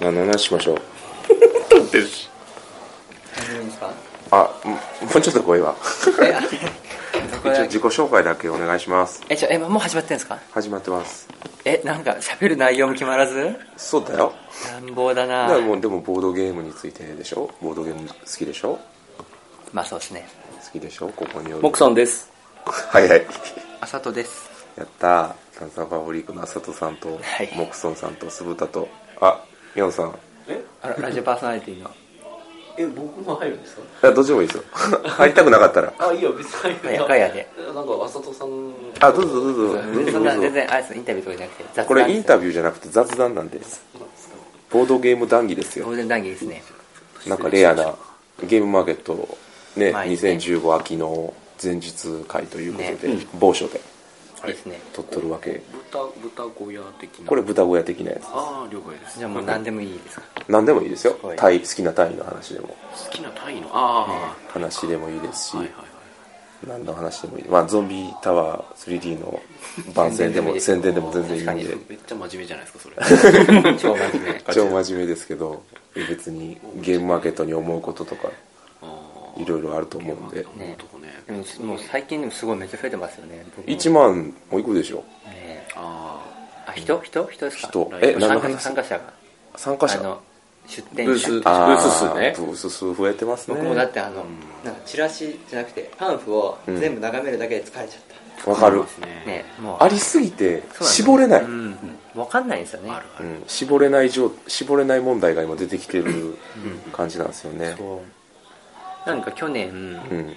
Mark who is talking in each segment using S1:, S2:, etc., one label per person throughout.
S1: 何の話しましょう
S2: 撮ってるし
S3: 始めるんですか
S1: あもうちょっと声は
S3: えあどこ
S1: 一応
S3: だ
S1: 自己紹介だけお願いします
S3: えちょえもう始まってんですか
S1: 始まってます
S3: えなんか喋る内容も決まらず
S1: そうだよ
S3: 乱暴だ
S1: だ
S3: な
S1: からもうでもボードゲームについてでしょボードゲーム好きでしょ
S3: まあそうですね
S1: 好きでしょここにおる
S2: モクさんです
S1: はいはい
S3: あさとです
S1: やったー炭酸ファブリックの浅戸さんと、
S3: はい
S1: モクソンさんと酢豚とあヨンさん
S4: え
S3: あらラジオパーソナリティの
S4: え僕も入るんですか
S1: あどっちでもいいですよ 入りたくなかったら
S4: あいいよ別に入る
S3: やかやで
S4: なんかあさとさん
S1: あどうぞどうぞどうぞ
S3: そ
S1: ど
S3: んな
S1: う
S3: 全
S1: ぞ
S3: 然あれですインタビューとかじゃなくて雑談
S1: これインタ
S3: ビ
S1: ビューじゃなくて雑談なんですボードゲーム談義ですよ
S3: 当然談義ですね
S1: なんかレアなゲームマーケット、ね
S3: まあいいね
S1: 2015秋の前日会ということで、
S3: ね
S1: 某所で
S3: ですね
S1: 撮っとるわけ
S4: 豚豚小屋的な
S1: これ豚小屋的なやつ
S4: ああ了解です
S3: じゃあもう何でもいいですか
S1: 何でもいいですよ
S3: はい
S1: タイ好きなタイの話でも
S4: 好きなタイのあ
S1: 話でもいいですし、
S4: あはいはいはい
S1: 何の話でもいい、まあ、ゾンビタワー 3D の番宣でも宣伝でも全然いいんで
S4: めっちゃ真面目じゃないですかそれ
S3: 超真面目
S1: 超真面目ですけど別にゲームマーケットに思うこととか
S4: あ
S1: いろいろあると思うんで
S4: あ
S3: ね
S4: とこね
S3: でももう最近でもすごいめっちゃ増えてますよね僕も
S1: 1万もいくでしょ
S3: ね
S4: あ
S3: あ人人人ですか
S1: 人
S4: え
S1: 何の
S3: 参加
S1: 話
S3: 参加者が
S1: 参加
S3: あ
S1: 者
S3: の出展
S2: ブー
S3: 者
S2: ス
S1: あ
S2: ブース数ね
S1: ブース数増えてますね
S3: 僕もだってあの、なんかチラシじゃなくてパンフを全部眺めるだけで疲れちゃっ
S1: わかる
S4: あ
S3: た、
S4: ね
S3: ねもう
S1: ありすぎて
S3: そうなんですよ
S1: 絞れない、
S3: うん、分かんないんですよね
S1: うん絞れない状絞れない問題が今出てきてる感じなんですよね
S3: そうなんか去年
S1: うん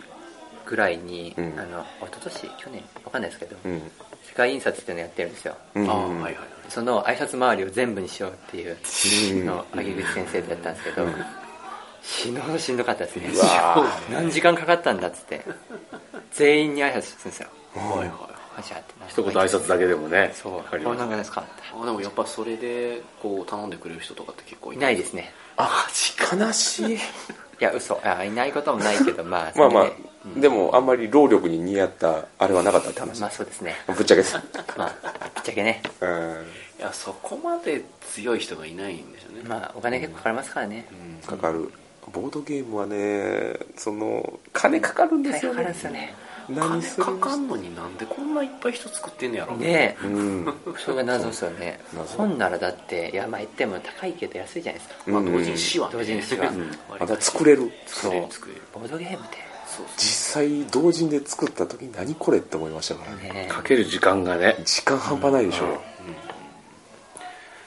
S3: ぐらいに、
S1: うん
S3: あの一昨年去年分かんないですけど、
S1: うん
S3: 世界印刷っていうのやってるんですよ
S1: うん
S4: ああ
S1: うん
S4: はいはいはい
S3: その挨拶回りを全部にしようっていう
S1: うん
S3: のを秋口先生とやったんですけど、死ぬほどしんどかったですね
S1: うわ
S3: 何時間かかったんだっつって全員に挨拶してるんですよ
S4: はいはい
S3: パシャって
S2: 一言挨拶だけでもね
S3: そう
S2: わ
S3: こ
S2: か
S3: れ
S2: り
S3: な
S2: ま
S3: ん
S2: す
S3: かですかって
S4: あでもやっぱそれでこう頼んでくれる人とかって結構い
S3: いな
S4: た
S3: いですね
S1: あ悲 しい
S3: いや嘘あいないこともないけどまあ
S1: まあまあ
S3: それで
S1: でもあんまり労力に似合ったあれはなかったって話
S3: まあそうですね
S1: ぶっち ゃけです
S3: まあぶっちゃけね
S1: うん
S4: いやそこまで強い人がいないんですよね
S3: まあお金結構かかりますからね、
S1: かかるボードゲームはねその金かかるんで
S3: 大
S1: す
S3: 変
S1: よ
S3: かかるん
S1: ね
S3: ですよね
S1: 何
S4: 金
S1: する
S4: か
S1: に
S4: かんのになんでこんないっぱい人作ってんねやろ
S3: ねえ
S1: う ん
S3: それが謎ですよね
S1: 謎
S3: 本ならだっていやまあ言っても高いけど安いじゃないですか
S4: まあ同時に死はね
S3: 同時に死は
S1: まだ作れる
S4: 作れる作れる
S3: ボードゲームって
S4: そう
S1: 実際同時で作った時に何これって思いましたからね
S3: ね
S2: かける時間がね
S1: 時間半端ないでしょ、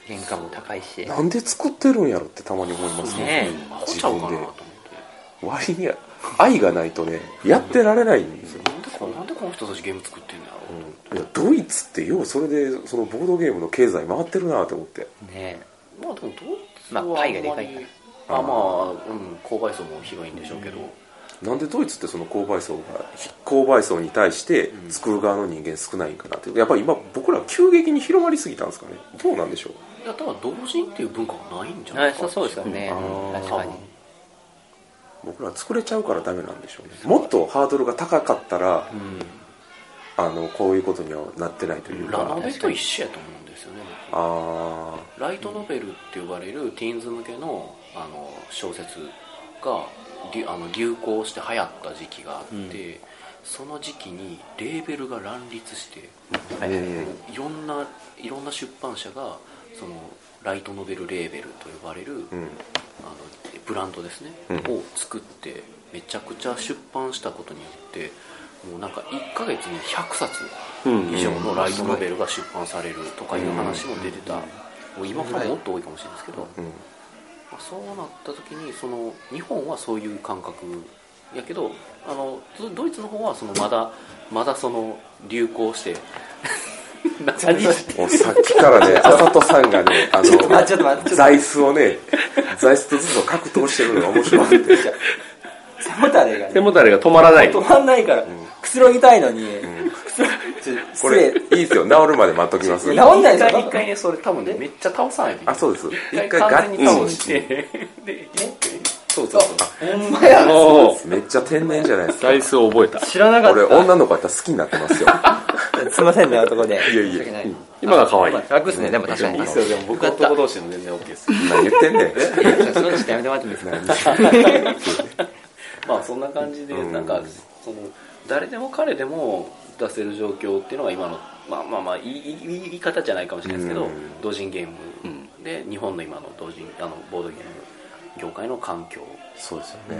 S3: 原価も高いし
S1: なんで作ってるんやろってたまに思いますね
S3: ね
S4: アホちゃうかなと思って
S1: 割に愛がないとねやってられないんですよ、
S4: なんでこなんでこの人たちゲーム作ってんだろう
S1: いやドイツってようそれでそのボードゲームの経済回ってるなと思って
S3: ね
S4: まあでもドイツ
S3: ま
S4: は
S3: あ
S4: あ
S3: パイがで
S4: ん
S3: か
S4: ま
S3: いから
S4: りあまあうん購買層も広いんでしょうけど
S1: なんでドイツってその購買層が非購買層に対して作る側の人間少ないんかなってやっぱり今僕ら急激に広まりすぎたんですかねどうなんでしょう
S4: いや多分同人っていう文化がないんじゃない
S3: あ
S4: で
S3: そ
S4: すか
S3: うそうですよね
S1: うん
S3: 確かに
S1: 僕ら作れちゃうからダメなんでしょうねもっとハードルが高かったらあのこういうことにはなってないという
S4: ラノ
S1: か
S4: ベと一緒やと思うんですよね
S1: あ
S4: ライトノベルって呼ばれるティーンズ向けのあの小説がりあの流行して流行った時期があって、その時期にレーベルが乱立して
S1: あ
S4: いろんないろんな出版社がそのライトノベルレーベルと呼ばれる、
S1: うん
S4: あのブランドですね、
S1: うん
S4: を作ってめちゃくちゃ出版したことによってもうなんか1ヶ月に100冊以上のライトノベルが出版されるとかいう話も出てた、もう今からもっと多いかもしれないですけど、
S1: うん
S4: まあそうなった時にその日本はそういう感覚やけどあのドドイツの方はそのまだまだその流行 して何して
S1: もうさっきからね、 あさとさんがね、あの、
S3: ちょっと待ってちょっと待って
S1: 座椅子をね、座椅子とずっと格闘してるのが面白い って。
S3: 背もたれが
S2: 背もたれが止まらない
S3: まんないからくつろぎたいのにくつろ
S1: これ、いいですよ、治るまで待っときます。
S3: 治んない
S4: 一
S3: でしょ
S4: 回一回ねそれ多分ねめっちゃ倒さないといけな
S1: あ、
S4: い
S1: そうです。
S4: 一
S1: ガ
S4: 回完
S1: ッ
S4: 全に倒して、 で一回
S1: そうそうそう
S3: ほんまや
S2: おお
S1: あめっちゃ天然じゃないですか
S2: ダ。イスを覚えた
S3: 知らなかっ
S1: 俺、
S3: た
S1: 女の子やったら好きになってますよ。
S3: すいませんね男で
S1: いやいや
S3: 申し訳な
S1: うん
S2: で今のは可愛い
S5: まあ楽ですね、でも確かに。
S6: いいっすよ、でも僕は男同士でも全然 OK です。
S1: 何言ってんねん
S5: じゃあそれちょっとやめてもらってもいいですか
S4: まあそんな感じで、
S1: うん
S4: なんかその誰でも彼でも出せる状況っていうのが今のまあまあまあいいいい言い方じゃないかもしれないですけど、
S1: うん
S4: 同人ゲームで日本の今の同人あのボードゲーム業界の環境
S1: そうですよね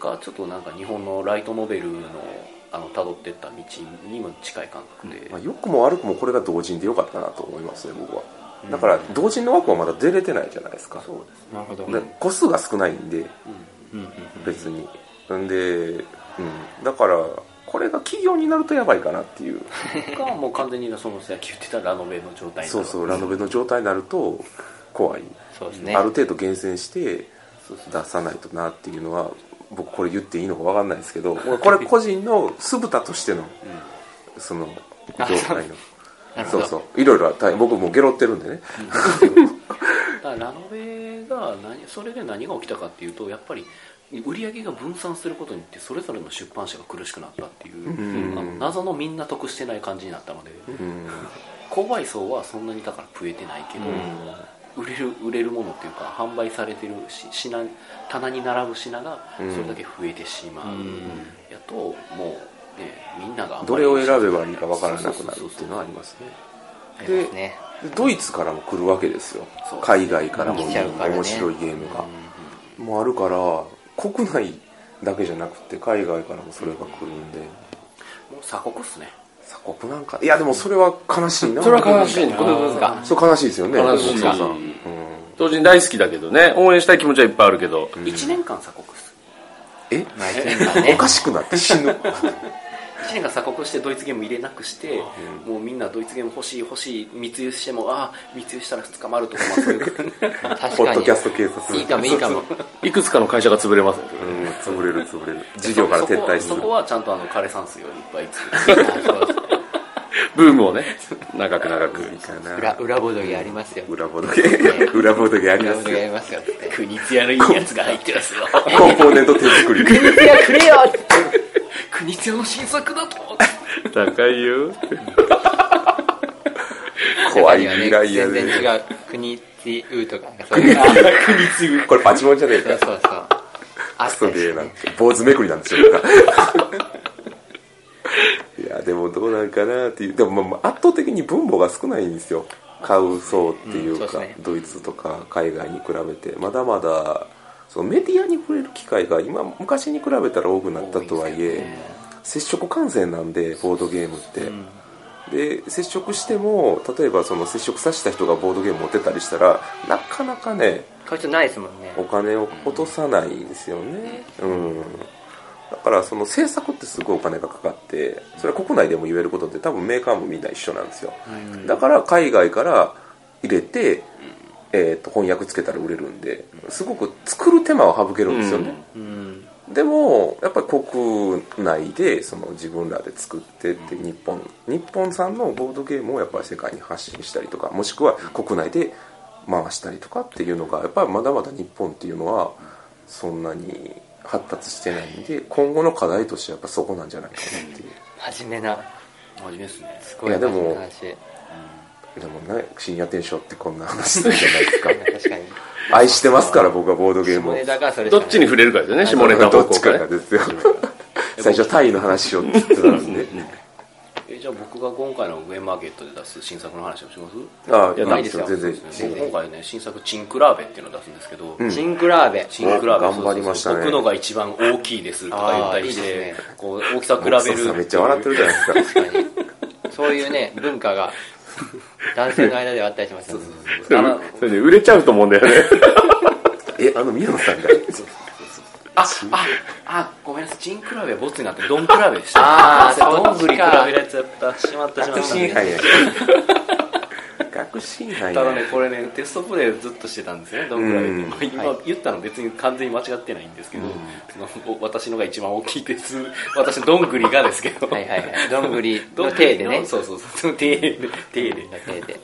S4: がちょっとなんか日本のライトノベルのあの辿ってった道にも近い感覚で、
S1: まあ、良くも悪くもこれが同人で良かったなと思いますね僕はだから同人の枠はまだ出れてないじゃないですか
S4: そうですね
S5: なるほど。
S1: で個数が少ないんで
S5: うんうん
S1: 別にんで、うん、だからこれが企業になるとやばいかなっていう
S4: がもう完全にそのさっき言ってたラノベの状態になる
S1: そうそうラノベの状態になると怖い、
S5: そうですね。
S1: ある程度厳選して
S4: そうそう
S1: 出さないとなっていうのは僕これ言っていいのか分かんないですけどこれ個人の酢豚としてのその
S5: あ
S1: 状態の
S5: なるほ
S1: そ
S5: ど
S1: うそういろいろあった僕もうゲロってるんでね
S4: だからラノベが何それで何が起きたかっていうとやっぱり売り上げが分散することによってそれぞれの出版社が苦しくなったっていう、
S1: うん
S4: あの謎のみんな得してない感じになったので、
S1: うん
S4: 購買層はそんなにだから増えてないけど、売れる売れるものっていうか販売されてるし品棚に並ぶ品がそ
S1: うん
S4: れだけ増えてしまう、やともう、ね、みんながあんまり
S1: どれを選べばいいか分からなくなるっていうのはありますね
S5: ありますね。
S1: でドイツからも来るわけですよ
S4: そう
S1: 海外からも
S5: 来ちゃうからね
S1: 面白いゲームが、もうあるから国内だけじゃなくて海外からもそれが来るんで
S4: もう鎖国っすね
S1: 鎖国なんかいやでもそれは悲しいな
S2: それは悲しいな
S5: どうですか
S1: そう悲しいですよね
S2: 悲しい
S1: 大塚さん
S2: う
S1: うんん
S2: 同人大好きだけどね応援したい気持ちはいっぱいあるけど、
S4: 1年間鎖国っす
S1: え
S5: まあ、一年間 ね
S1: お。かしくなって死ぬ
S4: 1年間鎖国してドイツゲーム入れなくして、もうみんなドイツゲーム欲しい欲しい密輸してもああ密輸したら捕まるとか、まあ、そういう
S5: 確
S1: ポッ
S5: か
S1: ド
S5: に
S1: キャ。スト警察
S5: いいかも、いいかも。
S2: いくつかの会社が潰れますね
S1: うん潰れる潰れる事業から撤退す
S4: そこそ
S1: る
S4: こはちゃんとあの枯山水をいっぱい作る
S2: ブームをね長く長く
S1: いいか
S5: 裏、
S1: な
S5: 裏ボドゲありますよ。
S1: 裏ボドゲ裏ボドゲあり
S5: 裏
S1: ま
S5: ボ
S1: す
S5: ドゲあ
S1: よ
S5: りますよ。
S4: 国津屋のいいやつが入ってますよ
S1: コンポーネント手作り
S5: いや、くれよ
S4: 国津屋の新作だと
S2: 高いよ
S1: 怖い未来や
S5: 全然
S1: で
S5: 違う。国ちうとか、そういう。
S1: これパチモンじゃねえ
S5: そう
S1: か
S5: そうそう。あっ
S1: クソ
S5: たり
S1: ゲ
S5: し
S1: ー
S5: て
S1: なん
S5: ね
S1: て坊主めくりなんですよ いやでもどうなんかなっていうでもまあまあ圧倒的に分母が少ないんですよ買う層っていう
S5: うんそ
S1: か、
S5: うですね
S1: ドイツとか海外に比べてまだまだそのメディアに触れる機会が今昔に比べたら多くなったとはいえ接触感染なんでボードゲームって、で接触しても例えばその接触させた人がボードゲーム持ってたりしたらなかなかね
S5: こいつないですもんね。
S1: お金を落とさないんですよね、うん、だからその制作ってすごいお金がかかってそれは国内でも言えることって多分メーカーもみんな一緒なんですよ、だから海外から入れて、えー、と翻訳つけたら売れるんですごく作る手間を省けるんですよね、
S5: うん。
S1: でもやっぱり国内でその自分らで作ってって日本日本産のボードゲームをやっぱり世界に発信したりとかもしくは国内で回したりとかっていうのがやっぱりまだまだ日本っていうのはそんなに発達してないんで今後の課題としてはやっぱそこなんじゃないかなっていう
S5: 真面目な。
S4: 真面目ですね
S5: すごい
S1: いやで
S5: 真
S1: も
S5: 面目な話。
S1: でもね深夜転職ってこんな話するじゃないですか
S5: 確かに。
S1: 愛してますから僕はボードゲームを
S5: 下ネタがそれしか
S2: ど
S5: ない
S2: っちに触れるかですよね下ネタ
S1: どっ
S2: 方
S1: ち
S2: 向
S1: か
S2: か
S1: が
S2: ね
S1: ですよ最初タイの話をって言ってたんで
S4: えじゃあ僕が今回のウェンマーケットで出す新作の話をします
S1: ああい
S2: やない
S1: いですよ全然
S4: 僕今回ね新作「チンクラーベ」っていうのを出すんですけど、
S1: ん
S5: チンクラーベ。
S4: チンクラーベ
S1: お頑張りましたね
S4: そうそうそう僕のが一番大きいですとか言ったりして
S5: あーいいですね
S4: こう大きさ比べる
S1: そうそうめっちゃ笑ってるじゃないですか
S5: 確かに。 そういうね、文化が、男性の間ではあったりしますよね。
S2: それでそれで売れちゃうと思うんだよね
S1: えあの宮野さんが
S4: あああごめんなさいチンクラーベはボツになってドンクラーベでした
S5: あー
S4: そう
S5: そっちか
S4: ドングリ比べるやつやったしまったしま
S1: 学
S4: った
S1: 習杯や学習杯
S4: ただ
S1: や
S4: ね、これね、テストプレイをずっとしてたんですよね、ドングラ
S1: うん
S4: ーベで。今、言ったの別に完全に間違ってないんですけど、そのお私のが一番大きいです。私のどんぐりがですけど。
S5: はいはいはい。どんぐり
S4: どん
S5: の
S4: ぐり
S5: 手でね。
S4: そうそうそう、その手で、手で。
S5: の手で。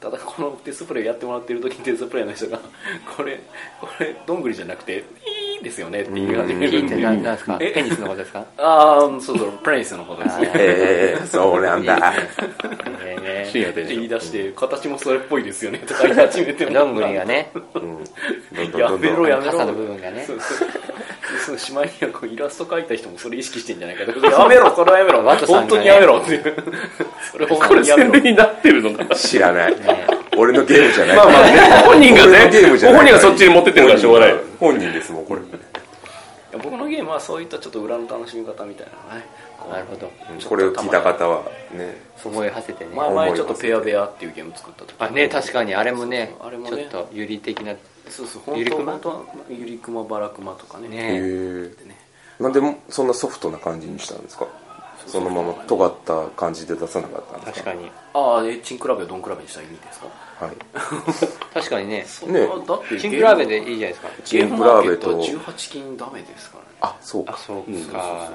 S4: ただこのテストプレイやってもらってる時にテストプレイの人が「これこれどんぐりじゃなくていいですよね」って言い始め
S5: ピ
S4: る
S5: ン
S4: ん
S5: っ
S4: で
S5: て何ですか
S4: え
S5: ペニスのことですか
S4: ああそうそうプレイスのことですね
S1: ええそうなんだ
S5: いいですね
S3: ね
S2: 深夜で
S4: って言い出して、形もそれっぽいですよねとか言い始めて
S3: どんぐりがね
S1: うんどんどん
S4: や
S1: どん
S4: め
S1: どん
S4: ろやめろ
S3: 傘の部分がね
S4: そうそうそうしまいにはこうイラスト描いた人もそれ意識してんじゃないかとかやめろそれはやめろ
S3: ワトさんがね
S4: 本当にやめろっていうそれ本
S2: こ
S4: 当
S2: れ
S4: にや
S2: 宣
S4: めろ
S2: 伝になってるのかな
S1: 知らない俺のゲームじゃない
S2: まあまあね本人が
S1: 俺
S2: ね
S1: のゲームじゃない
S2: ご本人がそっちに持ってってるからしょうがない
S1: 本人ですもんこれ
S4: いや僕のゲームはそういったちょっと裏の楽しみ方みたいなのがねこう
S3: なるほど
S1: これを聞いた方はね
S3: そこへ馳せてね
S4: 前々ちょっとペアベアっていうゲーム作った時
S3: あね確かにあれもね
S4: そうそうあれも
S3: ちょ
S4: ね
S3: っと有利的な
S4: そうそう本
S3: ゆり
S4: 当
S3: くま
S4: 本当はゆりくまバラクマとかね
S1: へ
S3: ね
S1: えなんでそんなソフトな感じにしたんですかそのまま尖った感じで出さなかったんですか
S3: 確かに
S4: ああえチンクラベをドンクラベにしたらいいんですか
S1: はい、
S3: 確かにね
S1: ね
S4: あだって
S3: チンクラベでいいじゃないですか
S4: ゲームマーケットは18金ダメですからね
S1: あそう
S3: あ
S1: か
S3: そうか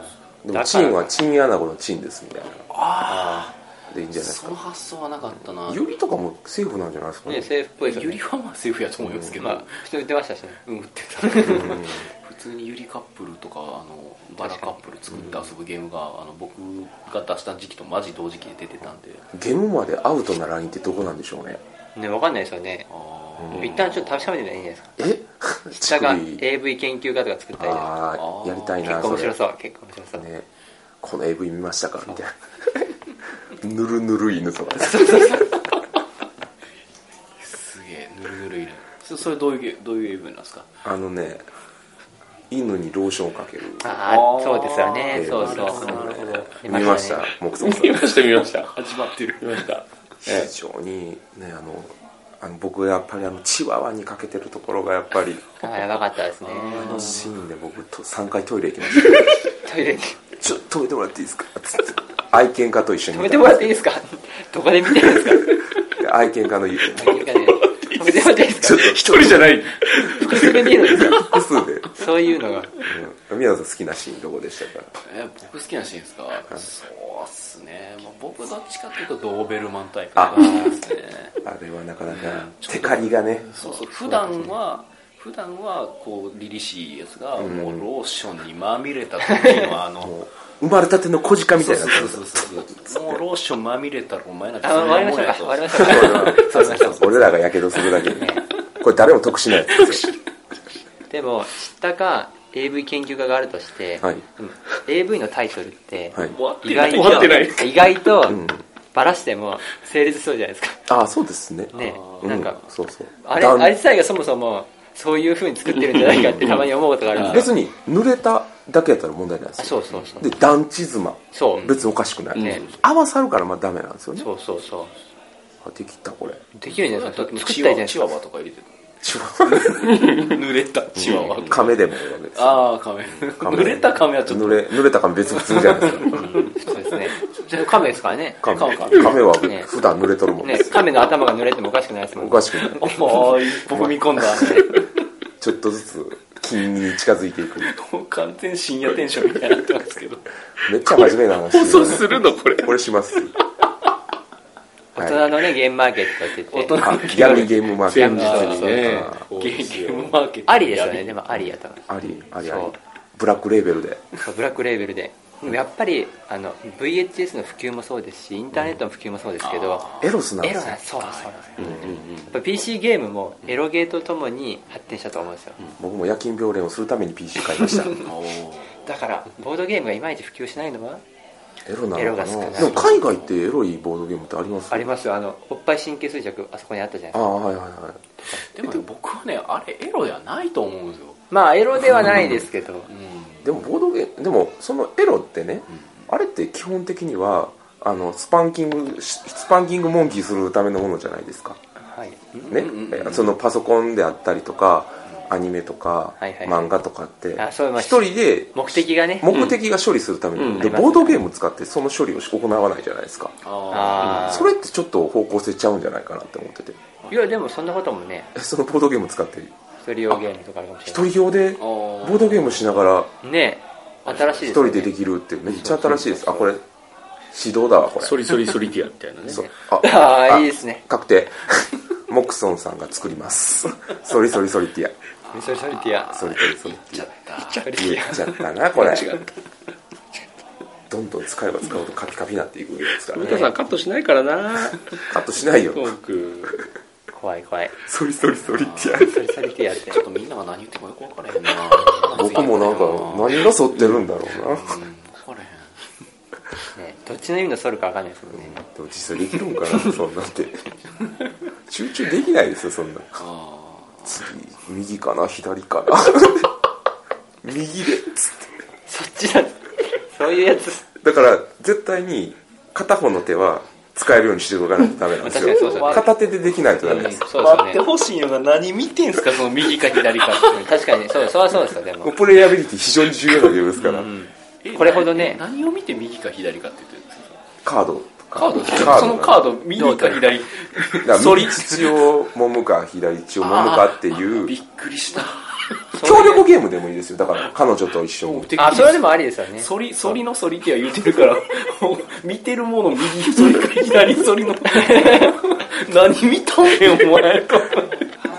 S1: でもチンはチンアナゴのチンですみたいな
S4: あ
S1: でいいんじ
S4: あ
S1: ゃないです
S4: その
S1: か
S4: 発想はなかったな
S1: ユリとかもセーフなんじゃないですか
S3: ねセーフっぽいですよ
S4: ゆり
S3: ね
S4: はまあセーフやと思いますけど、
S3: まあ人売ってましたしね
S4: うん売ってた普通にゆりカップルとかあのバラカップル作って遊ぶゲームが、あの僕が出した時期とマジ同時期で出てたんで
S1: ゲームまでアウトなラインってどこなんでしょうね
S3: ねわかんないですよね
S4: ああ
S3: 一旦ちょっと確かめてみたらいいんじゃないですか
S1: え
S3: 下が
S1: 乳首
S3: AV 研究家とか作ったり
S1: ああやりたい
S3: 結
S1: な
S3: 構面白
S1: そ
S3: そう結構面白そう
S1: れねこの AV 見ましたかみたいなぬるぬる犬とかね
S4: すげえぬるぬるいるそそれどういうゲどういう部分なんですか
S1: あのね犬にローションをかける
S3: ああそうですよね
S1: えー
S3: そうそう
S1: 見ました
S3: ね
S1: 木造さん
S2: 見ました見ました
S4: 始まってる
S2: 見ました
S1: 非常にねあのあの僕がやっぱりあのチワワにかけてるところがやっぱり
S3: ああやばかったですね
S1: あのシーンで僕と3回トイレ行きました
S3: トイレに
S1: ちょっと止めてもらっていいですかつって愛犬家と一緒に
S3: 止めてもらっていいですかどこで見てるんですか
S1: で愛犬家の家
S3: 止めてもらっていいですか
S2: 一人じゃない
S3: 複数見えるんですか
S1: 複数で、
S3: そういうのが
S1: うん、宮野さん好きなシーンどこでしたか
S4: えー僕好きなシーンですか、そうっすね、まあ、僕どっちかっていうとドーベルマンタイプが好きですね
S1: あれはなかな
S4: う
S1: か
S4: ん
S1: テカリがね
S4: そうそう普段は普段はこう凛々しいやつがもうローションにまみれた時のあの
S1: 生まれたての小鹿みた
S4: そう
S1: いな
S4: そう
S1: 感
S4: そう そうもうローションまみれたらお前なん
S3: あ終わりましょうか終
S4: そん
S3: わ
S4: な
S3: り
S4: もんや
S3: ましょうか
S1: じそうそうそう俺らがやけどするだけでこれ誰も得しないやつですよ
S3: でも知ったか AV 研究家があるとして、
S1: はい
S3: でも AV のタイトルって、
S1: はい
S4: と終わって
S3: 意外
S4: 終わってない
S3: と意外と
S1: ん
S3: バラしても成立しそうじゃないです
S1: ああそうですね
S3: かね
S1: うん
S3: なんか
S1: そうそう
S3: あれ
S1: だ
S3: あ
S1: ん
S3: れ自体がそもそもそういう風に作ってるんじゃないかってたまに思うことがあるんで
S1: 別
S3: す
S1: に濡れただけやったら問題ないで
S3: あ
S1: すよ
S3: そうそうそう
S1: で団地妻
S3: そう
S1: 別におかしくない、
S3: ね
S1: 合わさるからまあダメなんですよね
S3: そうそうそ
S1: あできた これ
S3: うできるんじゃないです
S4: だっ
S3: か
S4: て
S3: 作っ
S4: チ
S3: た
S4: ワ
S3: りじゃないですか
S4: ワチワワとか入れて
S1: チワ
S4: た濡れたチワワ
S1: ワ亀でもいいわけですよ
S4: ああカメ
S1: 亀
S4: 濡れたカメはちょっ
S1: 濡
S4: と
S1: れ濡れた亀別に普通じゃないですか
S3: そうですねじゃあ亀ですからね
S1: 亀
S4: 亀
S1: 亀は
S3: ね
S1: 普段濡れとるもんで
S3: ね
S1: すよ、
S3: 亀の頭が濡れてもおかしくないですもん
S1: おかしくない
S4: おー一歩踏み込んだ
S1: ちょっとずつ金に近づいていく
S4: もう完全深夜テンションみたいになってますけど
S1: めっちゃ真面目な話
S2: 放送するのこれ
S1: これします
S3: 大
S1: はい
S3: 人のねゲームマーケットって言って
S1: あ闇ゲームマーケ
S2: 現
S1: ット
S2: 実にね
S4: ゲームマーケット
S3: ありですよねでもありやと思う
S1: ありありあり
S3: そう
S1: ブラックレーベルで
S3: ブラックレーベルででもやっぱりあの VHS の普及もそうですしインターネットの普及もそうですけど、
S1: エロスなん
S3: エ
S1: で
S3: ロ
S1: すよ
S3: なそうそうそう、やっぱ PC ゲームもエロゲーとともに発展したと思うんですよ、
S1: 僕も夜勤病連をするために PC 買い ましたエ
S3: だからボードゲームがいまいち普及しないのは
S1: ロな
S3: エロ
S1: のか
S3: が少な
S1: ないでも海外ってエロいボードゲームってあります
S3: ありますよあのおっぱい神経衰弱あそこにあったじゃない
S1: あ
S3: です
S1: あ
S3: か
S1: はいはいは
S4: でもね僕はねあれエロではないと思うんですよ、
S3: まあエロではないですけど
S1: いでもボードゲームでもそのエロってね、あれって基本的にはあのスパンキングしスパンキングモンキーするためのものじゃないですか
S3: はい
S1: ね、えそのパソコンであったりとかアニメとか、
S3: はいはい
S1: 漫画とかって
S3: あそうまあ
S1: 一人で
S3: 目的がね
S1: 目的が処理するために、
S2: うん
S1: で
S3: ありますね
S1: ボードゲーム使ってその処理を行わないじゃないですか
S3: ああ
S1: それってちょっと方向性ちゃうんじゃないかなって思ってて
S3: いやでもそんなこともね
S1: えそのボードゲーム使って
S3: 一人用ゲームとかあるかもしれ
S1: 一人用でボードゲームしながら
S3: ないね新しい
S1: 一
S3: ですよ
S1: 人
S3: ね
S1: でできるってめっちゃ新しいですあこれ指導だわこれ
S2: ソリソリソリティアみたいなね
S1: そうあ
S3: ああいいですね
S1: 確定 モクソンさんが作りますソリソリソリティ
S3: ソリソリティア
S1: アソリソリソリティア
S3: ソリソリティ
S1: 言っちゃったなこれどんどん使えば使うとカピカピになっていくわけですから
S2: ウ
S1: ね
S2: タさんカットしないからな
S1: カットしないよ
S2: トーク
S3: 怖い怖い
S1: ソリソリソリってや
S3: それそれってやって
S4: ちょっとみんなが何言ってもよく分からへんな
S1: 僕もなんか何が反ってるんだろうな
S4: うん分からへん
S3: ねどっちの意味のソルかわかんないですもんね
S1: でも実際できるんかなそんなんて集中できないですよそんな
S4: あ
S1: 次右かな左かな右でつっ
S3: そっちだそういうやつ
S1: てだから絶対に片方の手は使えるようにしておかないとダメなんですよ
S3: 確かにそうですよね
S1: 片手でできないとダメ
S3: うん
S1: なんですよ、
S3: そうですよ
S4: っ
S3: ね
S4: てほしいのが何見てんすかその右か左か
S3: 確かにそうそれはそうですよでも
S1: プレイアビリティ非常に重要なゲームですから、
S4: え
S3: これほどね
S4: な何を見て右か左かって言ってるんですか
S1: カードとか
S4: カードそのカード右か左
S1: だから
S4: ソリ
S1: 右父を揉むか左父を揉むかっていう
S4: びっくりした
S1: 協力ゲームでもいいですよだから彼女と一緒に
S3: あそれでもありですよね
S4: ソリソリのソリっては言ってるからもう見てるもの右ソリか左ソ リの何見とんねんお 前と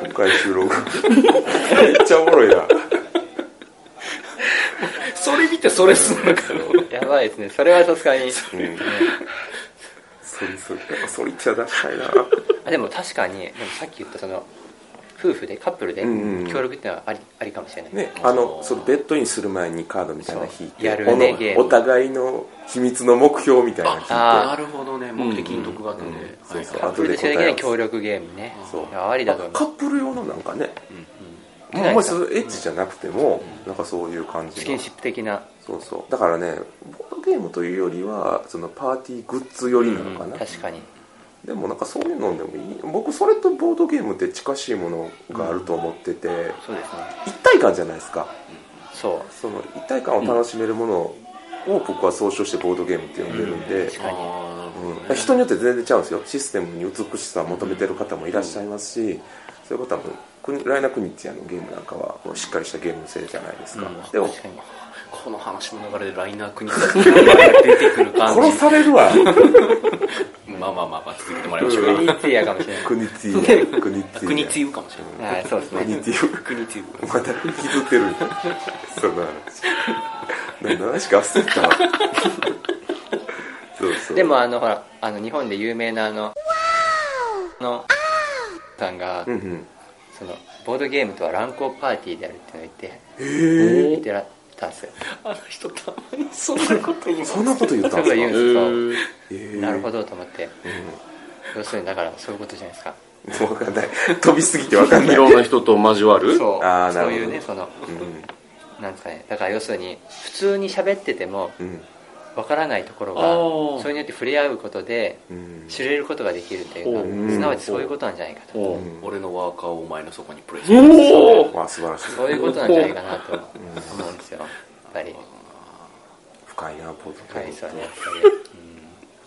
S1: 今回収録めっちゃおもろいな
S4: それ見てそれすんのか
S3: やばいですねそれはさすがに
S1: ソリソリソリって出したいな
S3: あでも確かにでもさっき言ったその夫婦でカップルで
S1: んうん
S3: 協力ってのはあり,、ありかもしれない、
S1: ねあのそのベッドインする前にカードみたいなの引い
S3: そう
S1: て
S3: やるね
S1: おの
S3: ゲーム
S1: お互いの秘密の目標みたいなの
S3: あ
S1: 引
S4: なるほどね目的に得があってねはい
S1: そう
S3: カ
S1: あ
S3: ッ
S1: と
S3: プル
S1: で
S3: でしかでき
S1: 答え合
S3: な
S1: わ
S3: い
S1: せ
S3: 協力ゲームね
S1: そう
S3: いやありだと
S1: いてカッ
S3: 思う
S1: プル用のなんかね
S3: うん
S1: もうそれエッチじゃなくてもなんかそういう感
S3: ス
S1: じ
S3: キ
S1: の
S3: ンシップ的な
S1: そうそうだからねボードゲームというよりはそのパーティーグッズ寄りなのかな、
S3: 確かに
S1: でもなんかそういうのでもいい僕それとボードゲームって近しいものがあると思ってて、
S3: そうですね
S1: 一体感じゃないですか
S3: そ
S1: その一体感を楽しめるものを僕は総称してボードゲームって呼んでるんで、
S3: う確かに
S1: うん人によって全然違うんですよシステムに美しさを求めてる方もいらっしゃいますし、そういう方も国ライナ・クニッチアのゲームなんかはもうしっかりしたゲーム性じゃないですか、でも
S3: 確かに
S4: この話の流れでライナー国が出てくる感
S1: 殺されるわ
S4: じまあまあまあまあ続けてもらいましょう
S3: クニッツィアかもし れない
S1: クニッチークニッチ
S4: 国つ
S1: ー
S4: ゆかもしれない
S3: はいそうです
S1: クニ
S3: ね
S1: ッチー
S4: 国つゆ
S1: また引きずってるその話何の話か焦ったわそうそう
S3: でもあのほらあの日本で有名なあののさんが、
S1: うんうん
S3: そのボードゲームとは乱交パーティーであるっていうのを言って言ってらったんですよ
S4: あの人たまにそんなこと言う
S1: そんなこと言った
S3: そうんいうこと言
S1: で
S3: うんですす
S1: か
S3: よなるほどと思って、要するにだからそういうことじゃないですか
S1: ど分かんない飛びすぎて分かんないい
S2: ろんな人と交わる
S3: そう
S1: あーなる
S3: そ
S1: ほ
S3: う
S1: ど
S3: いうねその
S1: うん
S3: なんですかねだから要するに普通に喋ってても
S1: うん
S3: わからないところ
S2: あ
S3: が
S2: ー
S3: それによって触れ合うことで
S1: うん
S3: 知れることができるというか
S2: おう
S3: すなわちそういうことなんじゃないかと
S2: おう
S4: 俺のワーカーをお前のそこにプレイして
S2: おお
S1: わあ素晴らしい
S3: そういうことなんじゃないかなと思うんですよやっぱり
S1: 深いなポート
S3: 深いですよねやっぱり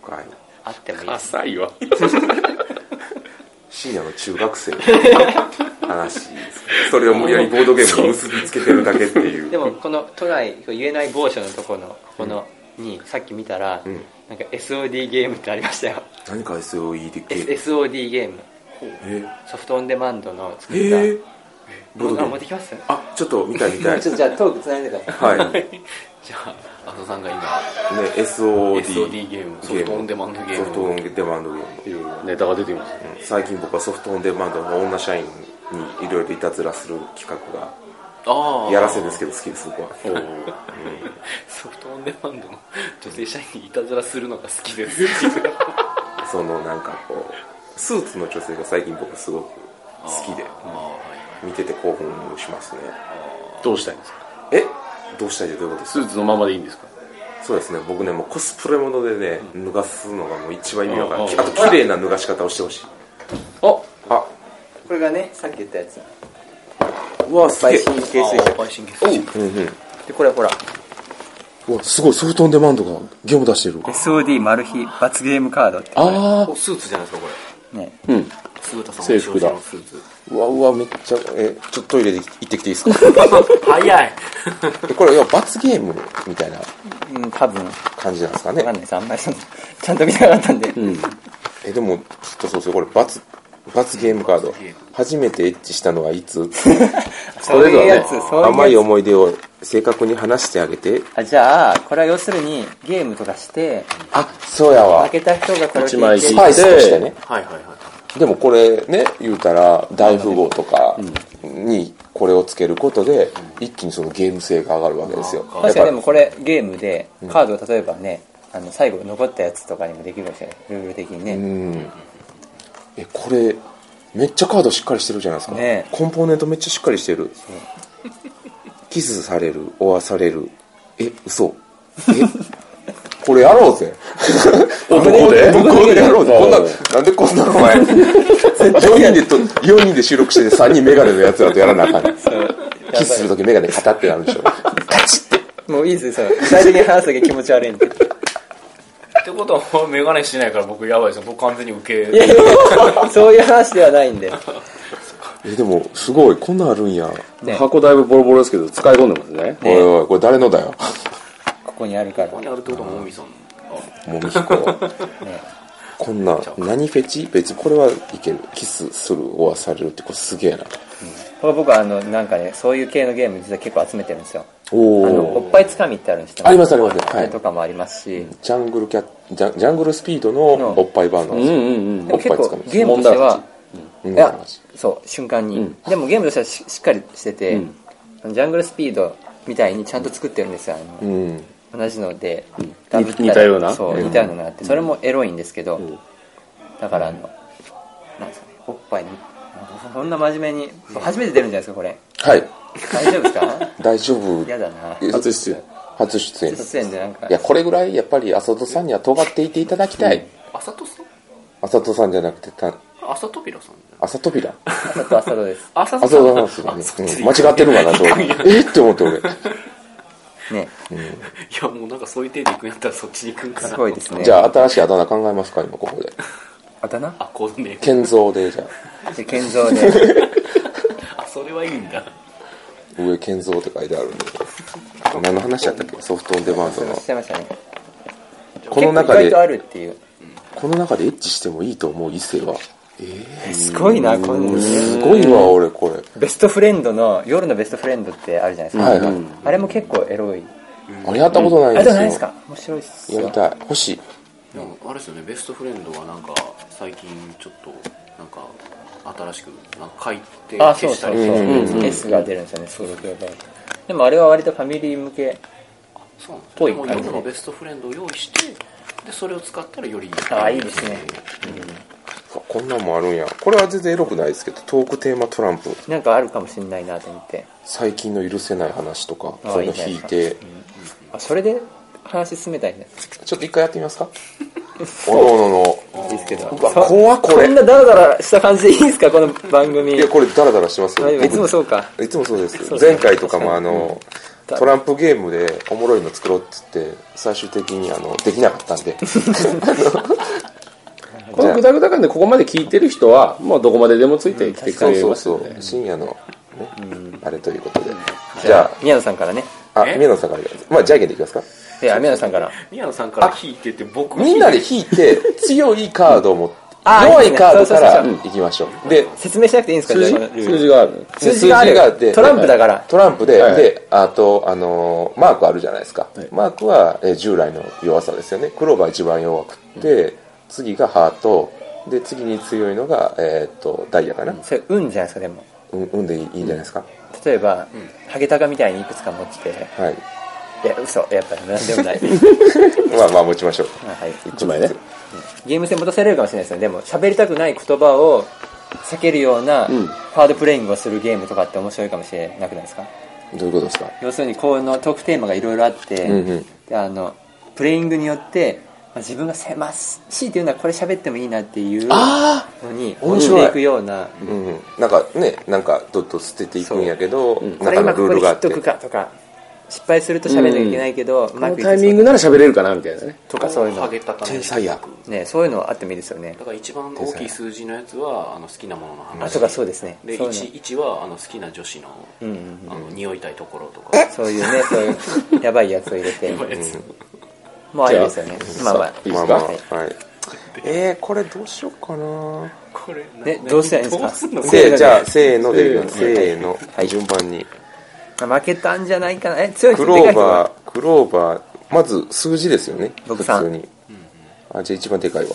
S1: 深い
S3: あってもいいです
S2: 浅いわ
S1: 深夜の中学生の話それを無理やりボードゲームに結びつけてるだけっていう
S3: でもこのトライ言えない某所のところのここのにさっき見たら
S1: ん
S3: なんか SOD ゲームってありましたよ
S1: 何か SOE で
S3: S- SOD ゲーム
S1: え
S3: ソフトオンデマンドの作
S1: え
S3: った
S1: ーボードゲ
S3: あ
S1: ー
S3: 持っ
S1: ム
S3: てきます
S1: あちょっと見たい見たい
S5: ちょっとじゃあトークつないでください
S1: はい ね
S4: じゃあ阿さんが今
S1: SOD
S4: SOD ゲームソフトオンデマンドゲーム
S1: ソフトオンデマンドゲーム
S2: いろいろネタが出てきますね
S1: 最近僕はソフトオンデマンドの女社員にいろいろいたずらする企画が
S4: ああ
S1: やらせですけど好きです僕は
S4: ソフトオンデマンドの女性社員にいたずらするのが好きです
S1: そのなんかこうスーツの女性が最近僕すごく好きで
S4: あーはい
S1: 見てて興奮しますね
S2: どうしたいんですか
S1: えどうしたいってどういうことです
S2: スーツのままでいいんですか
S1: そうですね僕ねもうコスプレものでね脱がすのがもう一番意味わから
S2: あ
S1: ない
S2: あ
S1: あと綺麗な脱がし方をしてほしい
S2: あ
S1: あ
S5: これがねさっき言ったやつ
S1: うわすげえ
S5: 最新系水
S4: あー配信月水
S1: うんうん
S3: でこれほら
S1: うわすごいソフトオンデマンドがゲーム出してる
S3: SOD マル秘罰ゲームカードって
S2: あ
S4: おスーツじゃないですかこ
S3: ね
S2: ーうん
S4: れ鈴田さん
S2: 制服だ
S4: お仕事のスーツ
S1: うわうわめっちゃえちょっとトイレで行ってきていいですか
S4: 早い
S1: えこれ要は罰ゲームみたいな
S3: うん多分わ
S1: 感じなんですかね
S3: かんないですあんまりそのちゃんと見てなかったんで
S1: えでもちょっとそうですよこれ罰罰ゲームカー ド初めてエッチしたのはいつ
S3: そういうやつそういうやつ
S1: 甘い思い出を正確に話してあげて
S3: あじゃあこれは要するにゲームとかして
S1: あそうやわ
S3: 負けた人がこれを
S6: 一枚
S3: 聞い
S1: ス
S6: ス
S3: て
S1: パ
S6: パ
S1: イ
S6: イ
S1: ス
S6: ス
S1: と
S6: と
S1: し
S6: してて
S1: ね
S6: ね
S4: はいはいはい
S1: でもこれね言うたら大富豪とかにこれをつけることで一気にそのゲーム性が上がるわけですよ
S3: 確かにでもこれゲームでカードを例えばね、あの最後残ったやつとかにもできるかもしれないルール的にね、
S1: うんえこれめっちゃカードしっかりしてるじゃないですか、
S3: ね
S1: コンポーネントめっちゃしっかりしてる キスされる追わされるえ嘘え これやろう ぜ
S6: 向こうで
S1: 向こうでやろうぜ
S6: お
S1: こん
S6: う
S1: ななんでこんなお前4人でと4人で収録してて3人メガネのやつらとやらなあかん ねんキスするときメガネカタってなるでしょ
S3: もういいですよその具体的に話すだけ気持ち悪いんで
S7: ってことはもうメガネしてないから僕やばいですよ僕完全に受け
S3: いやいやいやそういう話ではないんで
S1: えでもすごいこんなんあるんや
S3: ね
S2: 箱だいぶボロボロですけど、使い込んでますね。
S1: おいおいこれ誰のだよ
S3: ここにあるから
S4: ここにあるってことはもみさん
S1: もみひこはこんなん何フェチ別にこれはいけるキスする追わされるってこれすげえな
S3: これ僕はあのなんかねそういう系のゲーム実は結構集めてるんですよ
S1: お
S3: あのお
S1: お
S3: っぱいつかみってあるんですよ
S1: ありますありますはい
S3: とかもありますし、
S1: ジャングルキャッジャンジャングルスピードのおっぱいバーナ
S2: うん
S1: ー
S2: うんうん。
S3: でも結
S1: おっぱいつ
S3: 構
S1: かみ
S3: ゲームとしては
S1: うん
S3: いやそう瞬間に、でもゲームとしてはししっかりしてて、ジャングルスピードみたいにちゃんと作ってるんですよあの、
S1: うん
S3: 同じので
S2: 似似たような
S3: そう
S2: うん
S3: 似たようなのがあってそれもエロいんですけど、だからあのなんですかねおっぱいにそんな真面目に初めて出るんじゃないですかこれ
S1: はい
S3: 大丈夫ですか
S1: 大丈夫
S3: 嫌だな
S1: 初出演初出演
S3: 出演でなんか
S1: いやこれぐらいやっぱり浅戸さんには尖っていていただきたい
S4: あさとさん
S1: 浅戸さんじゃなくてた
S4: あさとびらさんじゃない
S1: 浅扉
S3: 朝と朝とです
S4: あさ
S1: 浅戸さんですよねうん間違ってるわなと 思ってえっって思って俺
S3: ね
S4: いやもうなんかそういう手で行くんやったらそっちに行くんかな
S3: すごいですね
S1: じゃあ新しいあだ名考えますか今ここで
S3: あだ名
S4: あこうね
S1: 建造でじゃあ
S3: で健三で
S4: あそれはいいんだ
S1: 上健三って書いてあるんで 何の話だったっけソフトオンデマンド
S3: お
S1: の
S3: っしゃいましたね
S1: この中
S3: 結構意外とあ
S1: で
S3: るっていう
S1: この中でエッチしてもいいと思う異性は
S3: すごいなこの
S1: すごいわ俺これ
S3: ベストフレンドの夜のベストフレンドってあるじゃないですか、
S1: はいはい
S3: あれも結構エロい
S1: あれやったことないん
S3: あ
S1: ですよ
S3: れでもないですか面白いっす
S1: や
S3: よ
S1: りたい欲しい
S4: でもあれですよねベストフレンドはなんか最近ちょっとなんか新しくなんか書いて
S3: あそう
S4: 消し
S3: そ
S4: た
S3: う
S4: り
S3: そう、
S4: してるやつ
S3: S が出るんですよねストロークがでもあれは割とファミリー向け
S4: そうなんです
S3: ぽい
S4: よでも夜のベストフレンドを用意してでそれを使ったらよりいい
S3: ああいいですね
S1: そうこんなんもあるんやこれは全然エロくないですけどトークテーマトランプ
S3: なんかあるかもしれないなと思って
S1: 最近の許せない話とか
S3: あ
S1: そういう
S3: いい
S1: の
S3: じゃない
S1: 引い
S3: です
S1: て
S3: かあそれで話進めたいね
S1: ちょっと一回やってみますかおのおの の
S3: ですけど
S1: うわ
S3: そ
S1: 怖っこ
S3: こ
S1: れ
S3: んなダラダラした感じでいいですかこの番組
S1: いやこれダラダラしてますよ
S3: 大丈夫いつも
S1: 僕
S3: そうか
S1: いつもそうです
S3: そうですね
S1: 前回とかもあのトランプゲームでおもろいの作ろうっつって最終的にあのできなかった んで
S2: このグダグダ感でここまで聞いてる人は、もうどこまででもついてきてく
S1: そう
S2: れ
S1: そう
S2: ます
S1: そ
S2: よ
S1: う
S2: ね。
S1: 深夜の、ね、あれということでじゃ
S3: 宮野さんからね
S1: ああ宮野さんからまあじゃんけんでいきますか
S3: であ宮野さんから
S4: 宮野さんから引いてて僕
S1: みんなで引いて強いカードを持って
S3: あ
S1: 弱
S3: いい
S1: い
S3: ね
S1: カードか
S3: そう
S1: ら
S3: そうそう
S1: いきましょうで
S3: 説明しなくていいんですか
S2: 数字
S3: じゃあこのルール
S2: 数字がある。
S3: 数字がある
S1: って
S3: トランプだから
S1: トランプで、
S2: はい
S1: で、あと、あのーマークあるじゃないですか。マークは、えー従来の弱さですよね。黒が一番弱くって、次がハート、で、次に強いのが、えーっと、ダイヤかな。
S3: それ運じゃないですかでも
S1: うん、うんでいいいいんじゃないですか。
S3: 例えば、ハゲタカみたいにいくつか持ってて
S1: はい。
S3: いや嘘やっぱり何でもない、
S1: まあまあ、持ちましょう。
S3: はい、
S1: 一枚ね。
S3: ゲーム性戻されるかもしれないですねでも喋りたくない言葉を避けるようなカードプレイングをするゲームとかって面白いかもしれなくないですか
S1: どういうことですか
S3: 要するにこのトークテーマがいろいろあって、
S1: うんうん
S3: であのプレイングによって、まあ、自分が狭い強いて言うのはこれ喋ってもいいなっていうのに
S1: 面
S3: 落
S1: 白
S3: ち
S1: い
S3: ていくような
S1: うんうん。なんかね、なんか、どっと捨てていくんやけど、
S3: これ
S1: 中
S3: 今
S1: の
S3: こ
S1: ルー
S3: こ
S1: ル
S3: に
S1: が
S3: 切
S1: あ
S3: っ
S1: って
S3: と。くかとか失敗すると喋らなきゃいけないけど、う
S2: こ
S3: ま
S2: の
S3: くい
S2: タイ
S3: く
S2: ミングなら喋れるかなみたいなね。
S3: とかそういう
S4: ハ
S3: の
S4: ゲタカ
S1: 天才や。
S3: ねそういうのあってもいいですよね
S4: だから一番大きい数字のやつはあの好きなものの話
S3: あとかそうですね
S4: で
S3: そういう
S4: 1, 1はあの好きな女子の,、
S3: んうん
S4: あの匂いたいところとか
S3: のそういうねそういうやばいやつを入れて
S4: やばいやつ
S3: もうありですよねまあまあ
S2: いいで
S1: まあ
S2: す
S1: ま
S2: か
S1: あ、はい。えー、これどうしようかな
S4: これ
S3: ねどうしたらいいんですか
S1: で、じゃあ、せーので、せーの、順番に。
S3: 負けたんじゃないかな。え、強い人
S1: ク
S3: で
S1: ロ
S3: か
S1: ー
S3: い人
S1: バ
S3: が。
S1: ー、クローバー、まず数字ですよね。
S3: 僕
S1: 普
S3: さん
S1: 通に。あ、じゃあ一番でかいわ。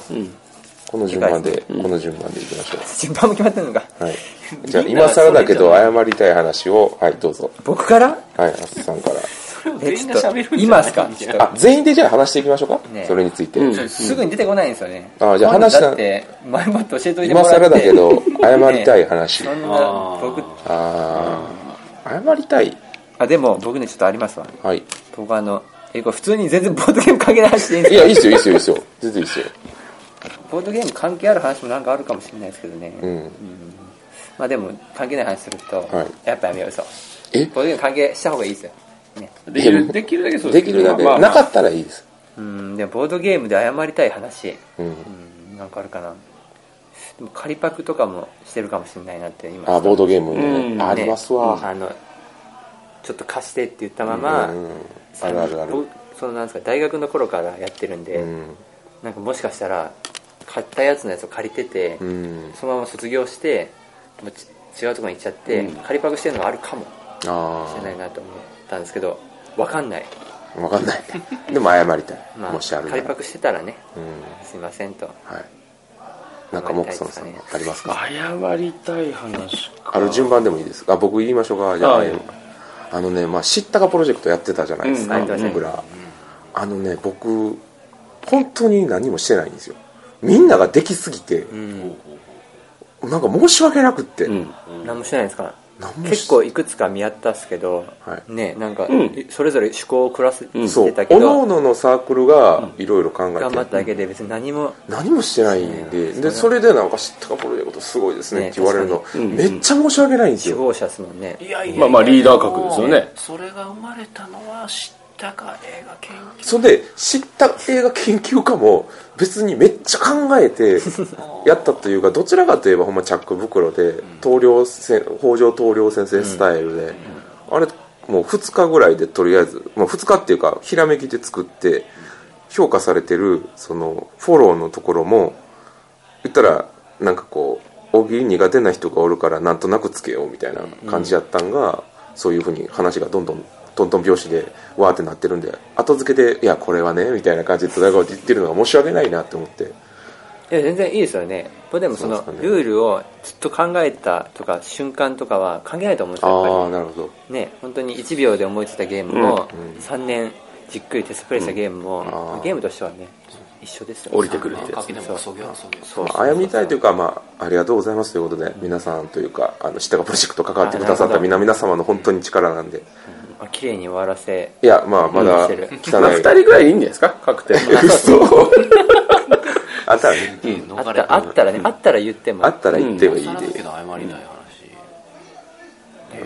S1: この順番で、この順番でいきましょ
S3: 順番も決まってるのか。
S1: う。はい。じゃあ今更だけど謝りたい話を、はい、どうぞ。
S3: 僕から
S1: はい、アスさんから。
S3: え、ちょっと、今っすかちょっと
S1: あ、全員でじゃあ話していきましょうか。
S3: ね
S1: それについて。
S3: すぐに出てこないんですよね。
S1: あじゃあ
S3: 今度
S1: 話した
S3: だって、前もって教えといて
S1: 今
S3: もらって。
S1: 更だけど、謝りたい話。
S3: そんな、僕、
S1: あー謝りたい。
S3: あ、でも僕ね、ちょっとありますわ。
S1: はい。
S3: 僕あの、え、これ普通に全然ボードゲーム関係ない話していいんです
S1: い
S3: か
S1: や、いいっすよ、いいっすよ、いいっすよ。全然いいっすよ。
S3: ボードゲーム関係ある話もなんかあるかもしれないですけどね。
S1: うん。
S3: まあでも、関係ない話すると、
S1: は
S3: やっぱやめよう、嘘。
S1: え
S3: ボードゲーム関係した方がいいですよ。ね。
S2: できるできるだけそう
S1: できるだけ、
S2: まあま
S1: な
S2: あ
S1: かったらいいです。
S3: うん、でもボードゲームで謝りたい話。
S1: うん。
S3: うん、なんかあるかな。でも、仮パクとかもしてるかもしれないなって、今。
S1: あ、ボードゲームね
S2: うん
S1: あります
S3: ね
S1: わ。
S3: あのちょっと貸してって言ったまま、
S1: うんうんあるあるある
S3: 僕。そのなんですか大学の頃からやってるんで、
S1: うん。
S3: なんかもしかしたら買ったやつのやつを借りてて、
S1: うん。
S3: そのまま卒業してもうち違うところに行っちゃって、借りパクしてるのがあるかも
S1: あ
S3: しれないなと思ったんですけどわかんない、
S1: あ、わかんない。 でも謝りたい。
S3: まあ、
S1: もしあるな
S3: 借
S1: ら。
S3: りパクしてたらね
S1: うん。
S3: すいませんと
S1: はい。なんか、モクソンさん
S3: 謝りたいですかね、
S1: ありますか
S2: 謝りたい話か
S1: ある順番でもいいです。あ、僕言いましょうか。じゃあ
S2: はい、
S1: あのね、まあ、知ったかプロジェクトやってたじゃないですか、
S3: うんはい
S1: 僕ら。あのね、僕、本当に何もしてないんですよ。みんなができすぎて、なんか申し訳なくって。
S2: うん
S3: 何もしてないんですか
S1: 何もし
S3: 結構いくつか見合ったっすけど、
S1: はい
S3: ねなんか、それぞれ趣向を凝らせ
S1: そ
S3: て
S1: う、
S3: た
S1: お
S3: け
S1: の
S3: ど、
S1: おののサークルがいろいろ考え
S3: 頑張っただ
S1: て、
S3: けで別に何も
S1: 何もしてないんで、でそれでなんか知ったかプロジェクトすごいですねって言われるの
S3: ね、
S1: めっちゃ申し訳ないんです
S3: 希
S1: よ。
S3: 望者ですもんね
S4: いやいや
S2: まあまあリーダー格ですよね
S4: それが生まれたのは知ったか映画研究
S1: それで、知った映画研究家も別にめっちゃ考え てやったというか、どちらかといえばほんまチャック袋で、棟梁せ北条棟梁先生スタイルで、あれ、もう2日ぐらいでとりあえず、まあ、2日っていうか、ひらめきで作って、評価されてる、その、フォローのところも、言ったらなんかこう大喜利苦手な人がおるからなんとなくつけようみたいな感じやったんが、そういうふうに話がどんどんトントン拍子でわーってなってるんで後付けで「いやこれはね」みたいな感じで戦うって言ってるのが申し訳ないなって思って
S3: いや全然いいですよねこれでもその
S1: そうですかね
S3: ルールをずっと考えたとか瞬間とかは関係ないと思うんですよ
S1: あ
S3: や
S1: あ
S3: っぱ
S1: なるほど
S3: りね本当に1秒で思いついたゲームも、3年じっくりテストプレイしたゲームも、
S1: あー
S3: ゲームとしてはね一緒ですよ
S2: 降りてくるってや
S4: か
S2: つ
S4: けでもそぎゃそぎゃ
S3: そう
S1: まあ歩みたいというか、まあ、ありがとうございますということで、皆さんというか、あの、知ったかプロジェクト関わってくださった皆皆様の本当に力なんで。
S3: まあ綺麗に終わらせ
S1: いや、まあ、まだ、汚
S3: うん
S1: い。
S2: まあ二人ぐらいいいんじゃないですか確定
S1: 嘘あったらね、
S3: あ
S4: 逃
S3: っ
S4: れ
S3: たあったらね、あったら言っても
S1: あったら言ってもいい
S4: さらだけ
S1: で。
S4: ど謝りない話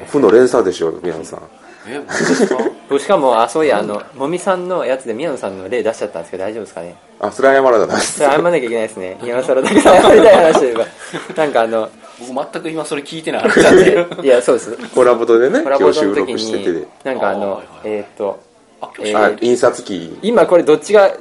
S1: 負の連鎖でしょ、皆さん。
S4: え僕ですか
S3: 僕しかもあそういやあのもみさんのやつで宮野さんの例出しちゃったんですけど大丈夫ですかね
S1: あ、それ謝らなかったです
S3: それ謝んなきゃいけないですね今更だけど謝りたい話といえばなんかあの
S4: 僕全く今それ聞いてない話なんで
S3: いやそうです
S1: コラボとでね、
S3: コラ
S1: 今
S3: ボ
S1: 日収
S3: の時
S1: 録してて
S3: に
S1: で。
S3: なんかあ
S4: あ
S3: の
S4: はいはい
S3: えーっと
S4: あ
S3: え
S1: あ
S3: ー、
S1: 印刷機。
S3: 今これどっちが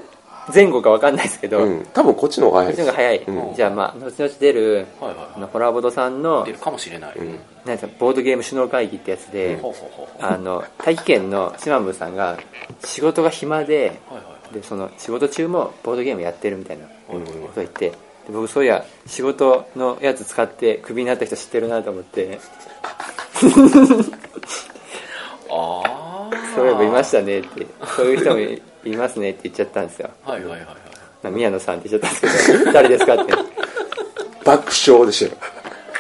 S3: 前後かわかんないですけど、
S1: う
S3: こ
S1: ん。多分こっちの方が早い
S3: っち
S1: で
S3: の
S1: す。
S3: 方が早い、
S1: うん
S3: じゃあまあ後々出る、
S4: はいはいはい
S3: あのホラーボードさんの
S4: 出るかもしれない、
S3: なんですかボードゲーム首脳会議ってやつで、
S4: ほうほうほうほう
S3: あの大気圏の島村さんが仕事が暇で
S4: はいはい
S3: でその仕事中もボードゲームやってるみたいなこと言ってで僕そういや仕事のやつ使ってクビになった人知ってるなと思って
S4: あ
S3: そういえばいましたねってそういう人もいいますねって言っちゃったんですよ、
S4: あはいはいはいはい
S3: まあ、宮野さんって言っちゃったんですけど誰ですかって
S1: 爆笑でしたよ。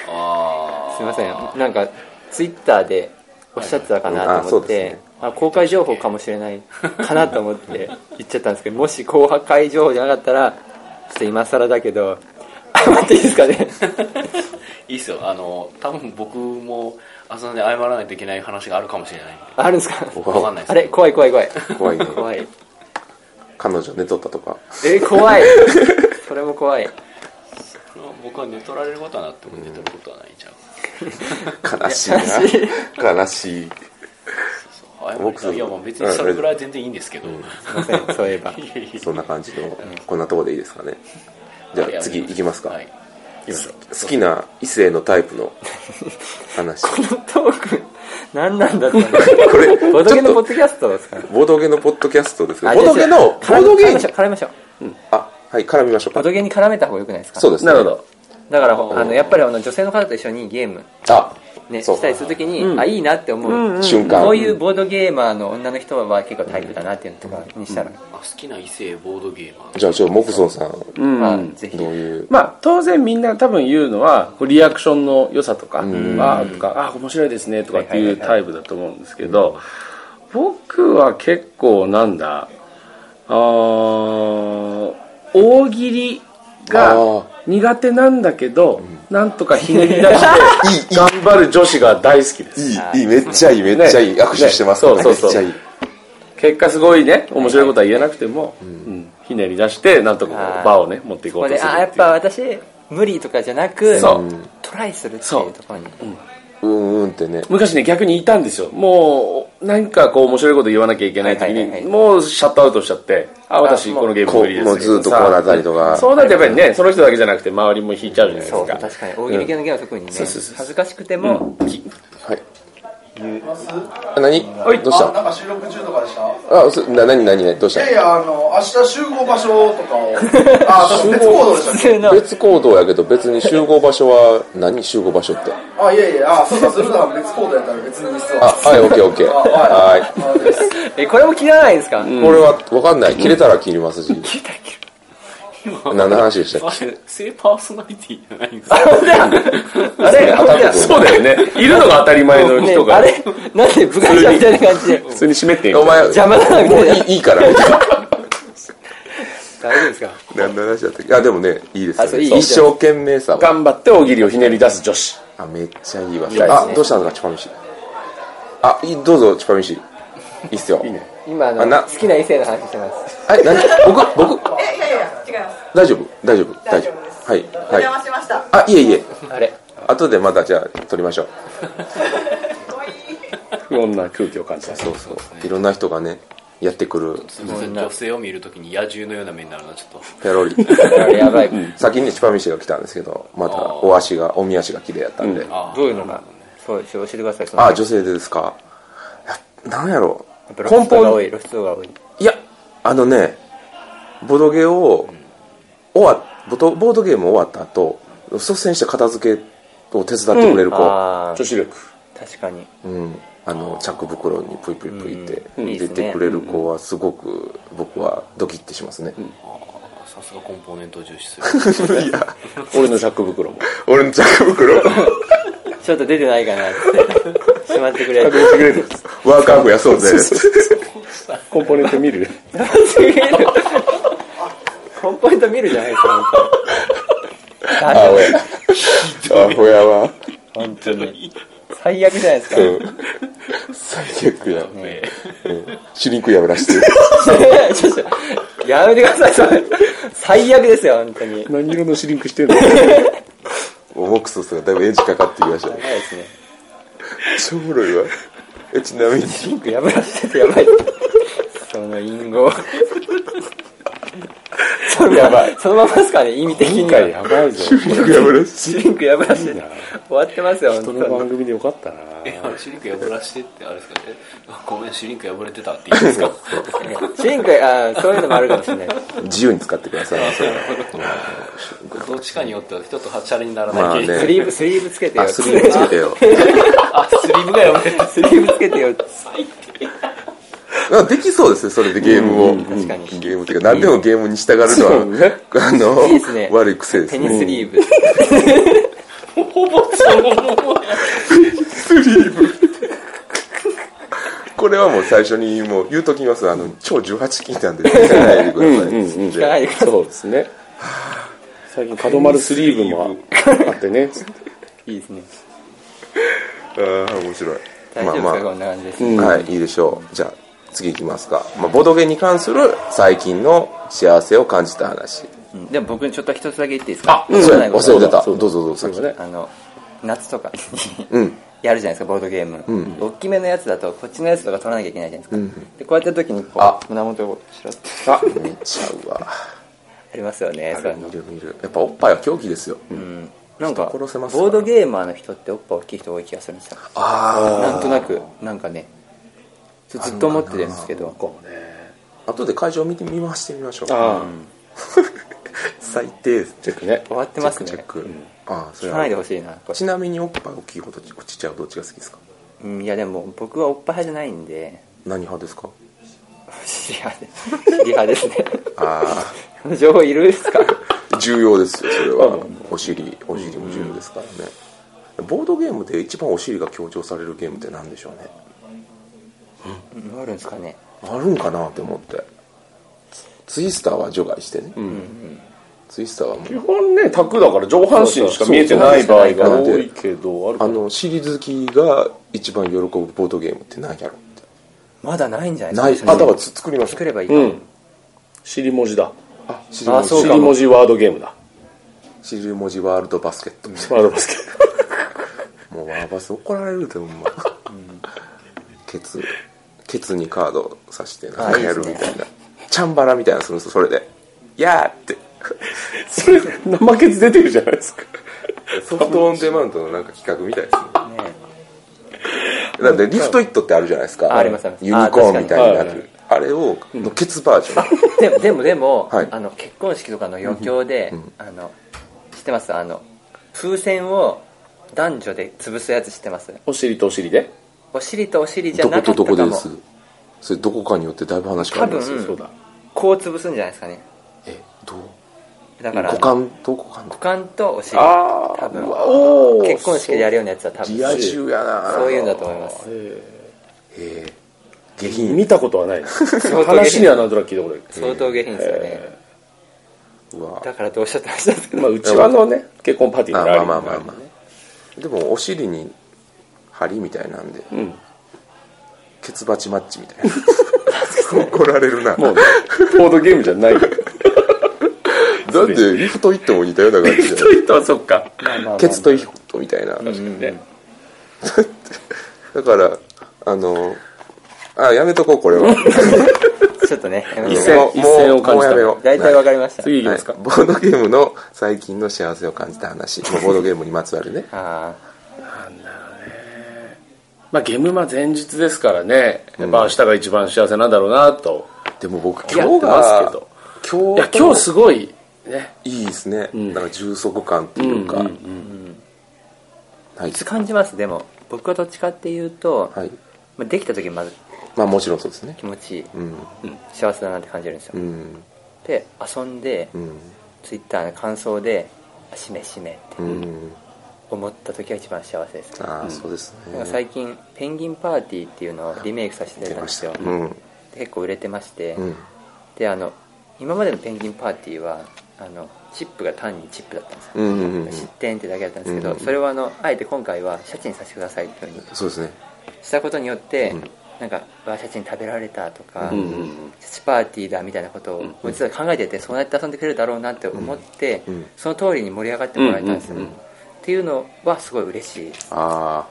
S4: あ
S3: すいませんなんかツイッターでおっしゃってたかなと思
S1: は
S3: っ
S1: いはいうんあそう
S3: て
S1: ですね
S3: あ公開情報かもしれないかなと思って言っちゃったんですけどもし公開情報じゃなかったらちょっと今更だけど謝っていいですかね
S4: ーいいっすよあの多分僕もあそこで謝らないといけない話があるかもしれないんで
S3: あるんですか
S4: わかんないです
S3: あれ怖い怖い怖い
S1: 怖いね。
S3: 怖い
S1: 彼女寝とったと か。
S3: え怖いそれも怖い
S4: 僕は寝取られることはなっても寝取ることはないんちゃう
S1: 悲しいな。悲しい。
S4: 謝り
S1: 僕
S4: たいいやまあ別にそれぐらいは全然いいんですけど、
S3: すいませんそういえば
S4: いやいやいや
S1: そんな感じの、こんなとこでいいですかね。じゃあ次行きますか。
S4: はい
S2: きましょう
S1: 好きな異性のタイプの話
S3: トーク、何なんだったんだ これ、ボドゲのポッドキャストですか
S1: ボードゲのポッドキャストですけど
S3: あ
S1: ボードゲのボ
S3: じゃあ
S1: ードゲ
S3: 絡めましょう、絡めましょう。
S1: あはい絡みましょう
S3: ボ
S1: か
S3: ドゲに絡めた方がよくないですか
S1: そうですね
S2: なるほど
S3: だから、あの、やっぱりあの女性の方と一緒にゲーム、
S1: あ
S3: ね、
S1: そう
S3: したりするときに、あ、いいなって思う。
S1: 瞬間
S3: こういうボードゲーマーの女の人は結構タイプだなっていうのとかにしたら、
S4: あ好きな異性ボードゲーマー
S1: じゃあちょっとモクソンさんどう
S3: まあ、ぜひ。
S1: いう
S2: まあ、当然みんな多分言うのはこうリアクションの良さとか、あーとかあー面白いですねとかっていうタイプだと思うんですけど、僕は結構なんだあー大喜利
S1: あ
S2: が
S1: ー
S2: 苦手なんだけど、なんとかひねり出して頑張る女子が大好きです
S1: いいいいめっちゃいいめっちゃいい
S2: ね
S1: 握手してます
S2: ねそうそうそう
S1: めっちゃいい
S2: 結果すごいね面白いことは言えなくても、うんひねり出してなんとかこ
S3: あ
S2: う
S3: ー
S2: 場をね持っていこ
S3: こ
S2: う
S3: こと
S2: する
S3: で、あ、やっ
S2: ってい
S3: ぱ
S2: う
S3: 私、無理とかじゃなく、
S2: そう
S3: トライするっていうところに。
S1: うんうんってね
S2: 昔ね逆にいたんですよもう何かこう面白いこと言わなきゃいけない時
S3: はいはいはい
S2: にもうシャットアウトしちゃってあ私このゲーム無理です
S1: こうもうずっとこうなったりとか
S2: さあそうなるとやっぱりねその人だけじゃなくて周りも引いちゃうじゃないです
S3: そう、
S2: か
S3: 確かに。大喜利系のゲームは特にね、
S2: そうそうそう
S3: 恥ずかしくても、
S1: はいあ何
S2: い
S1: どうした
S8: なんか収録中とかでした
S1: あそな何何何どうし
S8: い
S1: た
S8: やいや、あの、明日集合場所とか を。あ、そう別行動でした
S3: 普
S8: ね。
S3: 通の、
S1: 別行動やけど別に集合場所は何集合場所って
S8: あ、いやいや、あ、そうか、それなら別行動やったら別にいいっす
S1: あ
S8: わ。
S1: はいオッケーオッケー
S8: あはい
S1: は
S8: あです
S3: え、これも切らないですか
S1: いこれは分かんない切れたら切りますし何の話でしたっ
S4: あれ性パーソナリティじゃないんです
S1: けあれ
S2: そうだよねいるのが当たり前の
S3: ね
S2: 人が
S3: あれなんで部外者みたいな感じで
S2: 普通に閉めてい
S1: お前
S3: 邪魔だなみたい
S1: も
S3: な
S1: ういいいいからみたいな
S3: 大丈夫ですか
S1: 何の話だったっけあでもねいいですよ
S3: あそう
S1: ね
S3: いいいい
S1: 一生懸命さは
S2: 頑張って大喜利をひねり出す女子
S1: あめっちゃいいわ
S2: いですね
S1: あどうしたのかチュパミシあいいどうぞチュパミシいいっすよいいね
S3: 今あ
S1: あ
S3: の
S1: な
S3: 好きな異性の話してます
S1: はい何僕僕
S9: えいやいや違います
S1: 大丈夫大丈夫
S9: 大丈夫です
S1: はい
S9: お
S1: はい
S9: 邪魔しました、
S1: あいえいえ
S3: あれ
S1: 後でまたじゃあ撮りましょう
S2: 不穏な空気を感じた
S1: そうそういろんな人がねやってくる
S4: 女性を見るときに野獣のような目になるなちょっと
S1: ペロリ
S3: あれやばい
S1: 先にチュパミシが来たんですけどまたお足がおみ足が綺麗やったんで、あ
S3: どういうのがそうです教えてくださいその
S1: あ女性ですかいやなんやろ
S3: やっぱ
S1: う
S3: 露
S1: 根
S3: 出が多
S1: 本
S3: い露出が多い
S1: いやあのねボドゲを終わボトボードゲーム終わった後率先して片付けを手伝ってくれる子、
S3: あ
S2: 女子力
S3: あ確かに
S1: うん、あの着袋にプイプイプイって
S3: うんいい
S1: 入
S3: で
S1: れ
S3: すね
S1: てくれる子はすごく僕はドキッてしますね、
S4: あさすがコンポーネントを重視する
S1: いや
S2: 俺のシャック袋も
S1: 俺の着袋
S3: ちょっと出てないかなってしまってくれる
S1: ワーカー増やそうぜ
S2: コンポーネント見る
S3: コンポイント見るじゃないですか本当に
S1: あおいあほやわ
S3: 本当に最悪じゃないですか
S1: 最悪や、うんシュリンク破らしてる
S3: ちょっとやめてくださいそれ最悪ですよ本当に
S2: 何色のシリンクしてんの
S1: モクソスがだいぶエッジかかってきましたね
S3: ないですね
S1: 超おもろいわえちなみに
S3: ピンク破らしててやばいその隠語そのやばいそのままですかね意味的に
S2: 今回やばいぞ
S1: 破らし
S3: シリンク破らして終わってますよ本
S2: こ
S3: 当
S2: の
S3: に
S2: 番組でよかったな
S4: あシュリンク破らしてってあれですかねあごめんシュリンク破れてたって言うんですか
S3: シリンクあーそういうのもあるかもしれない
S1: 自由に使ってくださいそれは
S4: どっちかによっては人とはチャレになら
S1: まあ
S4: な
S1: ね
S4: いけ
S3: スリーブスリーブつけてよ
S1: あスリーブつけてよ
S4: あスリムが破れて
S3: スリーブつけてよ
S1: なんかできそうですねそれでゲームを、
S3: 確かに
S1: ゲームっていうか何でもゲームに従うのは、あ
S3: いいです
S1: の、
S3: ね
S1: 悪い癖です
S3: ペニ
S1: ね
S3: スリーブ
S1: これはもう最初にもう言うときますあの超18禁なんで聞かないでください、じゃあ
S3: はい
S2: そうですね。最近角丸スリーブもあってね。
S3: いいですね
S1: あー面白い
S3: 大丈夫です
S1: ま
S3: か、
S1: あま
S3: こんな感じです、
S1: あはいいいでしょうじゃあ次いきますか、まあ、ボドゲに関する最近の幸せを感じた話
S3: うんでも僕ちょっと一つだけ言っていいですかあ
S1: そうや忘れてた
S2: そ
S1: どうぞどう
S2: うだ
S1: ぞ先
S2: そうだね
S3: あの夏とかに、
S1: うん
S3: やるじゃないですかボードゲーム、大きめのやつだとこっちのやつとか取らなきゃいけないじゃないですか、でこうやってる時にこ
S1: あ
S3: う胸元をしらって
S1: あ見ちゃうわ
S3: ありますよねそういうの
S1: 見る見るやっぱおっぱいは狂気ですよ、
S3: なんか
S1: 人殺せますから
S3: ボードゲーマーの人っておっぱい大きい人多い気がするんですよ
S1: あー
S3: なんとなくなんかねちょずっと思ってるんですけど
S1: 後で会場見てみましてみましょう
S2: ああ
S1: うん最低
S2: チェックね
S3: 終わってますね
S1: チェックチェックああそれは
S3: 聞かないでほしいなこれ
S1: ちなみにおっぱい大きい方とちっちゃい方どっちが好きですか
S3: うんいやでも僕はおっぱい派じゃないんで
S1: 何派ですか
S3: 知り派で知り派ですね
S1: あ
S3: 情報いるですか
S1: あ重要ですよそれはお尻お尻も重要ですからね、ボードゲームで一番お尻が強調されるゲームって何でしょうね
S3: あるんですかね
S1: あるんかなって思ってツイスターは除外してね、ツイスターはも
S2: 基
S1: う
S2: 本ねタクだから上半身しか見えてない場合が多いけどある
S1: あの尻好きが一番喜ぶボードゲームって何やろって
S3: まだないんじゃな
S1: ないい
S3: ですか
S1: あだからつ作りましょ
S3: 作
S1: う
S3: ればいいか
S2: う
S3: も、
S2: ん尻文字だ
S1: あ尻
S3: あ
S1: 文
S3: そう
S1: 字
S3: か
S2: 尻文字ワードゲームだ
S1: 尻文字ワールドバスケットみたいな
S2: ワードバスケ
S1: もうワーバス怒られるでほんま、ケツケツにカードさしてなんかやるみたいなチャンバラみたいなのするんですよそれで「やー!」って
S2: それ生ケツ出てるじゃないですか
S1: ソフトオンデマンドのなんか企画みたいですねだってリフトイットってあるじゃないですか
S3: あありますあります
S1: ユニコーンみたいにな
S2: あ確かに
S1: るあれをのケツバージョン
S3: でもでもでも、
S1: はい
S3: あの結婚式とかの余興で、あの知ってますあの風船を男女で潰すやつ知ってます
S2: お尻とお尻で
S3: お尻とお尻じゃ
S1: ど
S3: な
S1: こ
S3: か
S1: と
S3: った
S1: ど
S3: かも
S1: こですそれどこかによってだいぶ話変わりますよ
S3: 多分
S2: そうだ
S3: こう潰すんじゃないですかね
S1: えどう
S3: だから
S1: 股間と股間
S3: 股間とお尻
S2: あ
S3: 多分
S2: お
S3: 結婚式でやるようなやつは多分
S1: リア充やな
S3: そういうんだと思います
S1: へえ下品
S2: 見たことはないです
S3: 相当
S2: 話にはなんとなく聞いたことある
S3: 相当下品ですよね、
S1: うわ
S3: だからどうしちゃったんですけど
S2: まあうちわのね結婚パーティー
S1: あ
S2: なら
S1: まあまあまあまあでもお尻に針みたいなんで、
S2: ん
S1: ケツバチマッチみたいな 怒られるな
S2: もうねボードゲームじゃ ない
S1: だってリフト行っても似たような感じじゃな
S2: といったはそっか
S1: いケツとリフトみたいな
S2: ね
S1: だからあのあやめとこうこれ は
S3: ちょっとね
S1: あの
S2: 一線
S1: もう
S2: 一線を感じ
S1: もう
S2: た
S1: やめよう
S3: 大体わかりました、
S2: 次いきますか
S1: はいボードゲームの最近の幸せを感じた話もうボードゲームにまつわるね
S3: あ
S2: まあゲームマ前日ですからねやっぱ明日が一番幸せなんだろうなと
S1: でも僕
S2: や
S1: 今
S2: って
S1: 日
S2: ますけ
S1: が
S2: ど
S1: 今
S2: いや
S1: 日
S2: 今日すごいね
S1: いいですね、なんか充足感っていうか、はい
S3: ー感じますでも僕はどっちかっていうと、
S1: はい
S3: まあ、できた時まず
S1: まあもちろんそうですね
S3: 気持ちいい、
S1: うん
S3: 幸せだなって感じるんですよ、
S1: うん
S3: で遊んで、
S1: うん
S3: ツイッターの感想で「しめしめ」って
S1: うん
S3: 思った時が一番幸せです、
S1: ああそうです
S3: なん
S1: ね
S3: か最近「ペンギンパーティー」っていうのをリメイクさせていただいたんですよ、
S1: うん
S3: で結構売れてまして、
S1: うん
S3: であの今までのペンギンパーティーはあのチップが単にチップだったんですよ、
S1: うんうんうん
S3: 失点ってだけだったんですけど、
S1: うんうん
S3: それをあのあえて今回はシャチにさせてくださいっていうふうに
S1: そうですね
S3: したことによって、
S1: ん
S3: なんかわあシャチに食べられたとか、
S2: うんうん
S3: シャチパーティーだみたいなことを、実は考えててそうやって遊んでくれるだろうなって思って、
S1: うんうん
S3: その通りに盛り上がってもらえたんですよ、
S2: うんうんうん
S3: っていうのはすごい嬉しいです
S1: ああ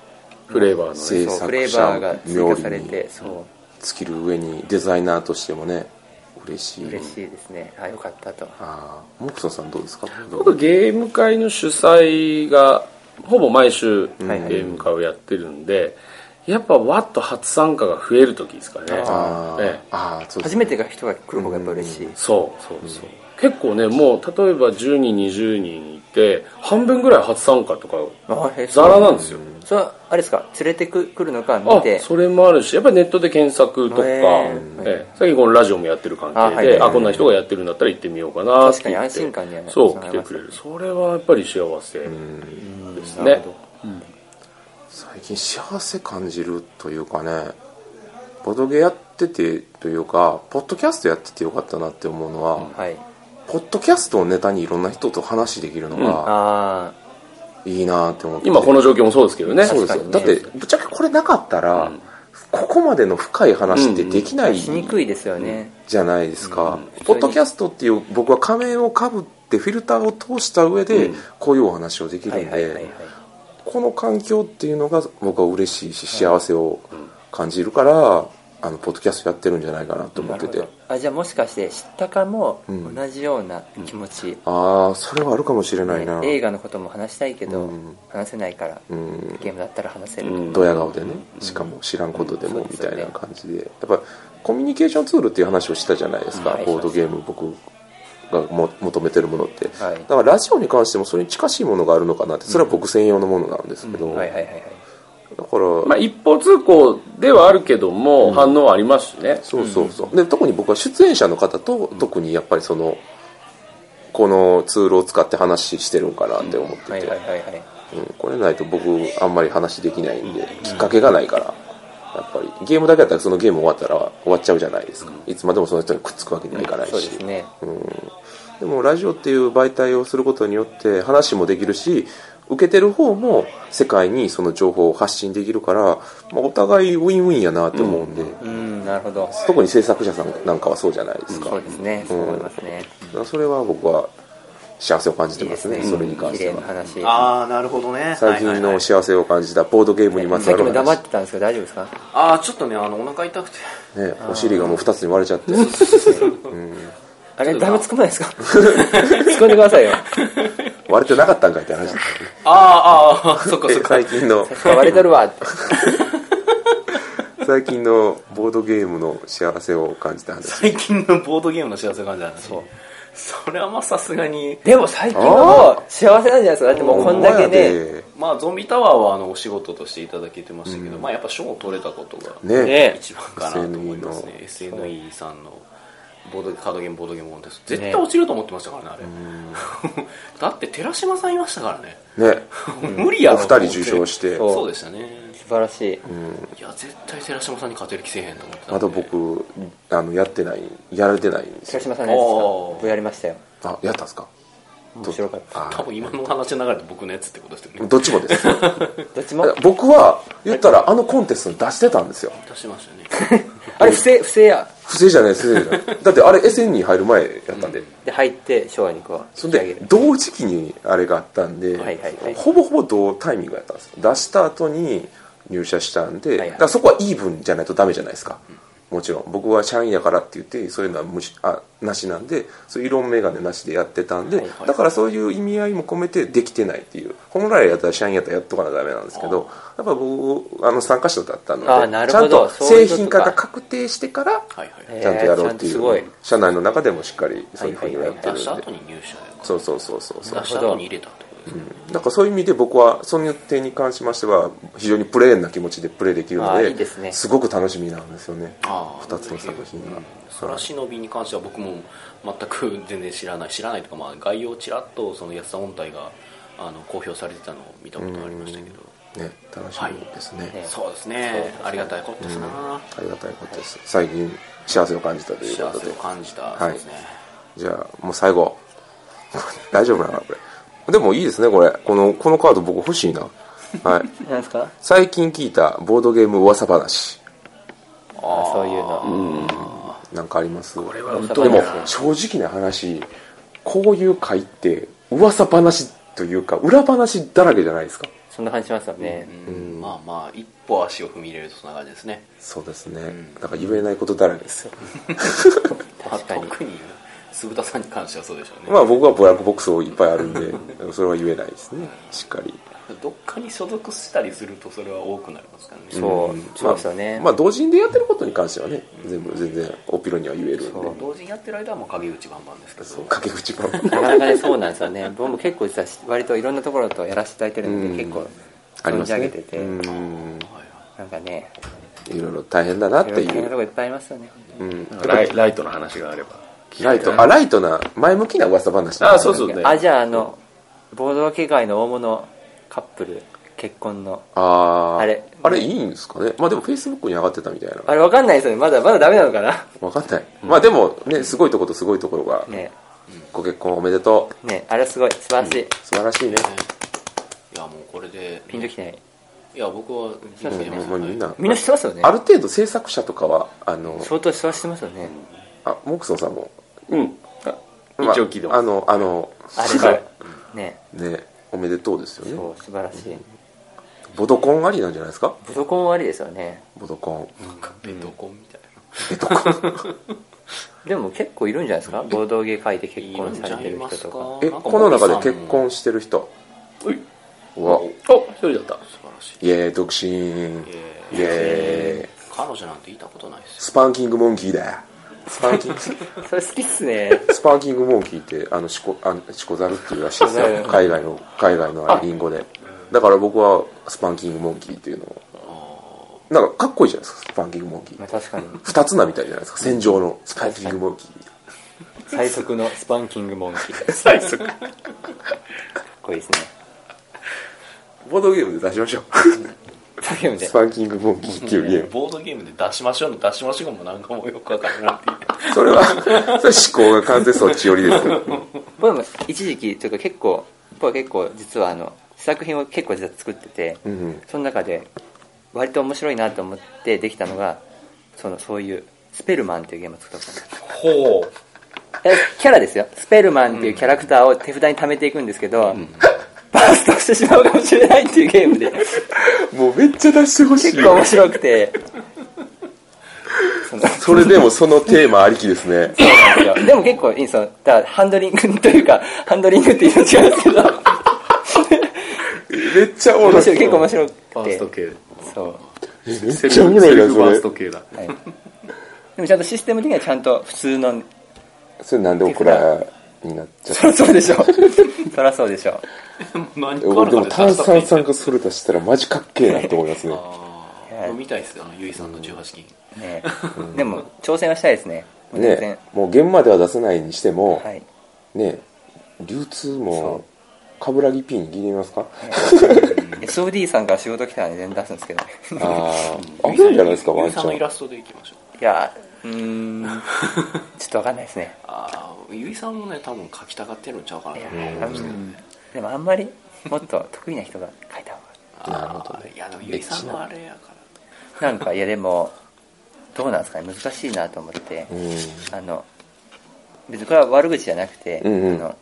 S2: フレーバーの
S1: 制
S3: そうフ
S1: 作
S3: レーバーが
S1: 者
S3: 追
S1: 料
S3: 加
S1: 理
S3: され
S1: に
S3: てそ
S1: 尽きる上にデザイナーとしてもね嬉し
S3: う
S1: い
S3: 嬉しいですね、あよかったと
S1: ああモクソンさんどうですか
S2: 僕ゲーム会の主催がほぼ毎週ゲ
S3: はいはい
S2: ーム会をやってるんでやっぱワッと初参加が増える時ですかね
S1: あー、
S2: ええ
S1: あーそうです
S3: 初
S1: ね
S3: めてが人が来る方がやっぱ嬉しい、
S2: そうそうそう結構ねもう例えば10人20人いて半分ぐらい初参加とか
S3: あへえ
S2: ザラなんですよ
S3: それはあれですか連れてく来るのか見
S2: あ
S3: て
S2: それもあるしやっぱりネットで検索とか、
S3: へ
S2: え
S3: ー
S2: え最近このラジオもやってる関係であ,、
S3: あはいはいはい
S2: こんな人がやってるんだったら行ってみようかなって言って
S3: 確かに安心感にはなりますね
S2: そう来てくれるそれはやっぱり幸せですね
S1: 最近幸せ感じるというかねボドゲやっててというかポッドキャストやっててよかったなって思うのは、
S3: はい
S1: ポッドキャストをネタにいろんな人と話できるのが
S3: あ
S1: いいなって思って、
S2: 今この状況もそうですけどね
S1: そうですよ、
S3: 確
S1: だ
S3: か
S1: っ
S3: にね
S1: てぶっちゃけこれなかったら、ここまでの深い話ってできな
S3: あ
S1: い
S3: しにくいですよね、
S1: じゃないですか、
S3: ん
S1: ポッドキャストっていう僕は仮面をかぶってフィルターを通した上でこういうお話をでき
S3: は
S1: る
S3: い
S1: ん
S3: はいはいはい
S1: でこの環境っていうのが僕は嬉しいし幸せを感じるからあのポッドキャストやってるんじゃないかなと思ってて
S3: なるあじゃあもしかして知ったかも同じような気持ち、
S1: ああそれはあるかもしれないな、
S3: ね映画のことも話したいけど、話せないから、
S1: うん
S3: ゲームだったら話せる、
S1: ドヤ顔でねしかも知らんことでもみたいな感じでやっぱコミュニケーションツールっていう話をしたじゃないですか、
S3: はい
S1: ボードゲーム僕がも求めてるものって、
S3: はい
S1: だからラジオに関してもそれに近しいものがあるのかなってそれは僕専用のものなんですけど、
S3: はいはいはいはい
S1: だから、
S2: まあ、一方通行ではあるけども、反応はありますしね
S1: そうそうそう、で特に僕は出演者の方と特にやっぱりそのこのツールを使って話してるんかなって思ってて、
S3: はいはいはいはい
S1: うん、これないと僕あんまり話できないんで、きっかけがないからやっぱりゲームだけだったらそのゲーム終わったら終わっちゃうじゃないですか、いつまでもその人にくっつくわけにはいかないし、
S3: そうですね
S1: でもラジオっていう媒体をすることによって話もできるし受けてる方も世界にその情報を発信できるから、まあ、お互いウィンウィンやなって思うんで、
S3: うんなるほど
S1: 特に制作者さんなんかはそうじゃないですか、
S3: そうですねそう思いますね、
S1: だからそれは僕は幸せを感じて
S3: いい
S1: ま
S3: ですす
S1: ね
S3: ね
S1: それに関し
S3: 綺
S1: て
S3: 麗な
S1: は
S3: 話
S4: ああなるほどね
S1: 最近
S4: はいはいは
S1: の
S4: い
S1: 幸せを感じたボードゲームにまつ
S3: さ
S1: わ
S3: っき
S1: る
S3: も
S1: 話
S3: 黙ってたんですけど大丈夫ですか
S4: ああちょっとねあのお腹痛くて
S1: ね、お尻がもう2つに割れちゃって
S3: あれだいぶ突っ込まないですか突っ込んでく ださいよ
S1: 割れてなかったんかいって話だ っ
S4: あーあーあーそっか
S1: たね
S4: そっか
S1: 最近の
S3: 割れとるわって
S1: 最近のボードゲームの幸せを感じた話
S4: 最近のボードゲームの幸せ感じだねそうそれはまあさすがに
S3: でも最近の方幸せなんじゃないですかだってもうこんだけね
S4: まあゾンビタワーはあのお仕事としていただけてましたけど、まあやっぱ賞を取れたことが
S1: お前らでね
S4: 一番かなと思いますね SNE さんのボードカードゲームボードゲームコンテスト絶対落ちると思ってましたからねあれ だって寺島さんいましたからね
S1: ね
S4: 無理や
S1: お
S4: ろ
S1: 二人受賞して
S4: そうそうでしたね
S3: 素晴らしい
S4: いや絶対寺島さんに勝てる気せえへんと思ってた
S1: まだ僕あのやってないやられてないんですよ
S3: 広島さんのやつですか
S4: おー
S3: 僕やりましたよ
S1: あやったんですか
S3: 面白かった
S1: あ
S4: 多分今の話の流れで僕のやつってことですよね
S1: どっちもです
S3: どっちも
S1: 僕は言ったらあのコンテストに出してたんですよ
S4: 出しました ね
S3: あれ不正不正や
S1: 不正じゃない不正じゃないだってあれ SN に入る前やったんで、
S3: で入って昭和にこう
S1: そん
S3: 引き上げ
S1: で
S3: る
S1: 同時期にあれがあったんで、
S3: はいはいはい
S1: ほぼほぼ同タイミングやったんです出した後に入社したんで、
S3: いはい
S1: だからそこはイーブンじゃないとダメじゃないですか、もちろん僕は社員やからって言ってそういうのは無視あなしなんでそういう色眼鏡なしでやってたんで、
S4: はい
S1: だからそういう意味合いも込めてできてないっていう本来やったら社員やったらやっとかなダメなんですけどやっぱ僕あの参加者だったの
S3: あー
S1: で
S3: なる
S1: ちゃ
S3: ほ
S1: んと
S3: どそうい
S1: 製
S3: うことか
S1: 品化が確定してから
S4: はいはい
S3: え
S1: ちゃんとやろうってい
S3: えーちゃんとす
S1: う、
S3: ごい
S1: 社内の中でもしっかりそういうふうにやってるん
S4: 出
S1: で、
S4: した後に入社やか
S1: そうそうそうそうそう
S4: ら出した後に入れたってことですね
S1: なんかそういう意味で僕はその点に関しましては非常にプレーンな気持ちでプレーできるの
S3: あ
S1: で
S3: ーいいですね
S1: ごく楽しみなんですよね
S4: ああ
S1: 2つの作品が、
S4: うんそら忍びに関しては僕も全く全然知らない知らないとか、まあ、概要をちらっとその安田音体があの公表されてたのを見たことがありましたけど、
S1: ね、楽しみですね、
S3: い
S4: そうですねありがたいことですな、
S1: ありがたいことです最近幸せを感じたというこ
S4: 幸
S1: と
S4: せ
S1: で
S4: を感じた、
S1: い
S4: そうですね
S1: じゃあもう最後 大丈夫なのかなこれでもいいですねこれこのこのカード僕欲しいな、はい、
S3: なんですか
S1: 最近聞いたボードゲーム噂話
S3: あそういうの
S1: なんかあります
S3: 疎
S1: で
S3: いな
S1: も正直な話こういう回って噂話というか裏話だらけじゃないですか
S3: そんな感じしますよね
S4: うんまあまあ一歩足を踏み入れるとそんな感じですね
S1: そうですね、だから言えないことだらけですよ
S3: 確か
S4: ま
S3: に
S4: あ特に鈴田さんに関してはそうでしょうね、
S1: まあ僕はブラックボックスをいっぱいあるん でそれは言えないですねしっかり
S4: どっかに所属したりするとそれは多くなりますからね
S3: そう
S1: うん
S3: そうですよね
S1: まあ、まあ同人でやってることに関してはね全部全然オピロには言えるんで
S3: そう
S4: 同時にやってる間はもう陰口バンバンですけど
S1: そう掛け口 パン
S3: なかなかねそうなんですよね僕も結構実は割といろんなところとやらせていただいてるので結構
S1: あり
S3: 存
S1: ま
S3: じ
S1: す
S3: 上
S1: ね
S3: げてて
S1: うん
S3: なんかね
S1: いろいろ大変だなっ
S3: い
S1: て
S3: ろ
S1: い
S3: いろなと
S1: う
S3: こいっぱいありますよね
S1: うん
S2: ライライトの話があれば
S1: ライトあライトな前向きな噂話
S2: ああそうそうね
S3: あじゃああのボードゲー界の大物カップル結婚の
S1: あー
S3: あれ
S1: あれいいんですかねまあでもフェイスブックに上がってたみたいな
S3: あれわかんないですよねまだまだダメなのかな
S1: わかんない、まあでもねすごいとことすごいところが、
S3: ね
S1: ご結婚おめでとう
S3: ねあれはすごい素晴らしい
S1: 素晴らしいね
S4: いやもうこれで
S3: ピンときてない
S4: いや僕は
S3: そうですね
S1: もうもうみんな、
S3: みんな知ってますよね
S1: ある程度制作者とかはあの
S3: 相当忙してますよね
S1: あモクソンさんも、
S2: うん
S1: まあ
S2: 一応聞いて
S1: あ
S2: ます
S1: のあの
S3: あれがね
S1: ねおめでとうですよね
S3: そう素晴らしい
S1: ボドコンありなんじゃないですか
S3: ブドコンありですよね
S1: ボドコン
S4: なんかベトコンみたいな、
S3: でも結構いるんじゃないですか合同芸会で結婚されてる人とか
S1: えこの中で結婚してる人うわ
S2: お一人だった
S1: イエーイ独身イエーイ
S4: 彼女なんていたことないです
S1: スパンキングモンキーだスパンキング
S3: それ好きっすね
S1: スパンキングモンキーってあのシコあのシコザルっていうらしいです
S3: シコザ
S1: よ
S3: ル
S1: 海外の海外のあれリンゴでだから僕はスパンキングモンキーっていうのをなんかかっこいいじゃないですかスパンキングモンキー
S3: まあ確かに
S1: 二つ名みたいじゃないですか戦場のスパンキングモンキー
S3: 最速のスパンキングモンキー
S1: 最速
S3: かっこいいですね
S1: ボードゲームで出しましょう スパンキングモンキーっていうゲーム
S7: ボードゲームで出しましょうの出しましょうもなんかもうよくわからない
S1: それはそれ思考が完全そっち寄りですよ
S3: 僕も一時期というか結構僕は結構実はあの作品を結構実は作ってて、
S1: うん
S3: その中で割と面白いなと思ってできたのがそのそういうスペルマンっていうゲームを作ったことある
S7: ほう
S3: えキャラですよスペルマンっていうキャラクターを手札に貯めていくんですけど、バーストしてしまうかもしれないっていうゲームで
S1: もうめっちゃ出してほしい
S3: 結構面白くて
S1: それでもそのテーマありきです ね
S3: でも結構いいんですよだからハンドリングというかハンドリングっていうの違うんですけど
S1: めっちゃ面白
S3: 面白
S1: い
S3: い結構面白くて
S4: バースト系
S3: そう
S1: えめっちゃおもろいな
S4: セルフバース
S1: そ
S4: ト
S1: れ
S4: 系だ
S3: はいでもちゃんとシステム的にはちゃんと普通の
S1: それなんでオクラになっちゃった
S3: そりゃそう でしょそりゃそうでしょ
S4: 何
S1: え俺でも炭酸酸化それ出したらマジかっけえなって思いますね
S3: はい
S4: みたいですよあのゆいさんの18金
S3: ねでも挑戦はしたいですねもう全然
S1: ねもう現場では出せないにしても、
S3: はい
S1: ね流通も冠城 P に聞いてみますか
S3: SOD さんから仕事来たらね全然出すんですけど
S1: あああるんじゃないですかワ
S4: ゆ
S1: ン
S4: い
S1: チ
S4: さんのイ
S1: ャ
S4: ラ
S1: ン
S4: ストでいきましょう
S3: いやうーんちょっとわかんないですね
S4: ああゆいさんもね多分書きたがってるんちゃうかなと思
S3: 多
S4: うんですけど
S3: 分でもあんまりもっと得意な人が書いた方
S1: なるほどね
S4: いやでもゆいさんはあれやから
S3: がなんかいやでもどうなんですかね難しいなと思って
S1: うん
S3: あの別にこれは悪口じゃなくて、
S1: うんうん
S3: あの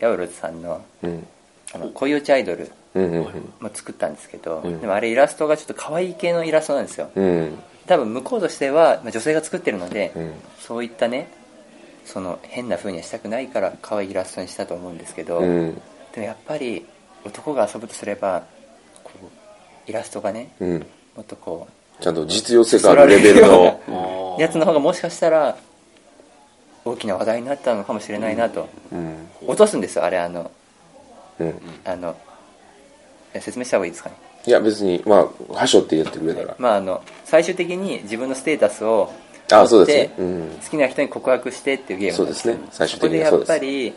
S3: ヤオロズさんの
S1: うん
S3: 「あの恋落ちアイドル
S1: うんうん」
S3: も作ったんですけど、
S1: ん
S3: でもあれイラストがちょっと可愛い系のイラストなんですよ
S1: うんうん
S3: 多分向こうとしては、まあ、女性が作ってるので、
S1: うん
S3: そういったねその変な風にはしたくないから可愛いイラストにしたと思うんですけど、
S1: うん
S3: でもやっぱり男が遊ぶとすればこうイラストがね
S1: うん
S3: もっとこう
S1: ちゃんと実用性があるレベルの
S3: やつの方がもしかしたら大きな話題になったのかもしれないなと、
S1: うん
S3: 落とすんですよあれあの
S1: うん
S3: あのえ説明した方がいいですかね、
S1: いや別にまあはしょって言ってくれたら
S3: まあ、あの最終的に自分のステータスを
S1: あ
S3: 持
S1: そ
S3: っ
S1: う
S3: て
S1: ですねうん
S3: 好きな人に告白してっていうゲーム
S1: そう
S3: なん
S1: ですね最終
S3: こ
S1: 的に
S3: で
S1: はそう
S3: や
S1: で
S3: っぱ
S1: す
S3: り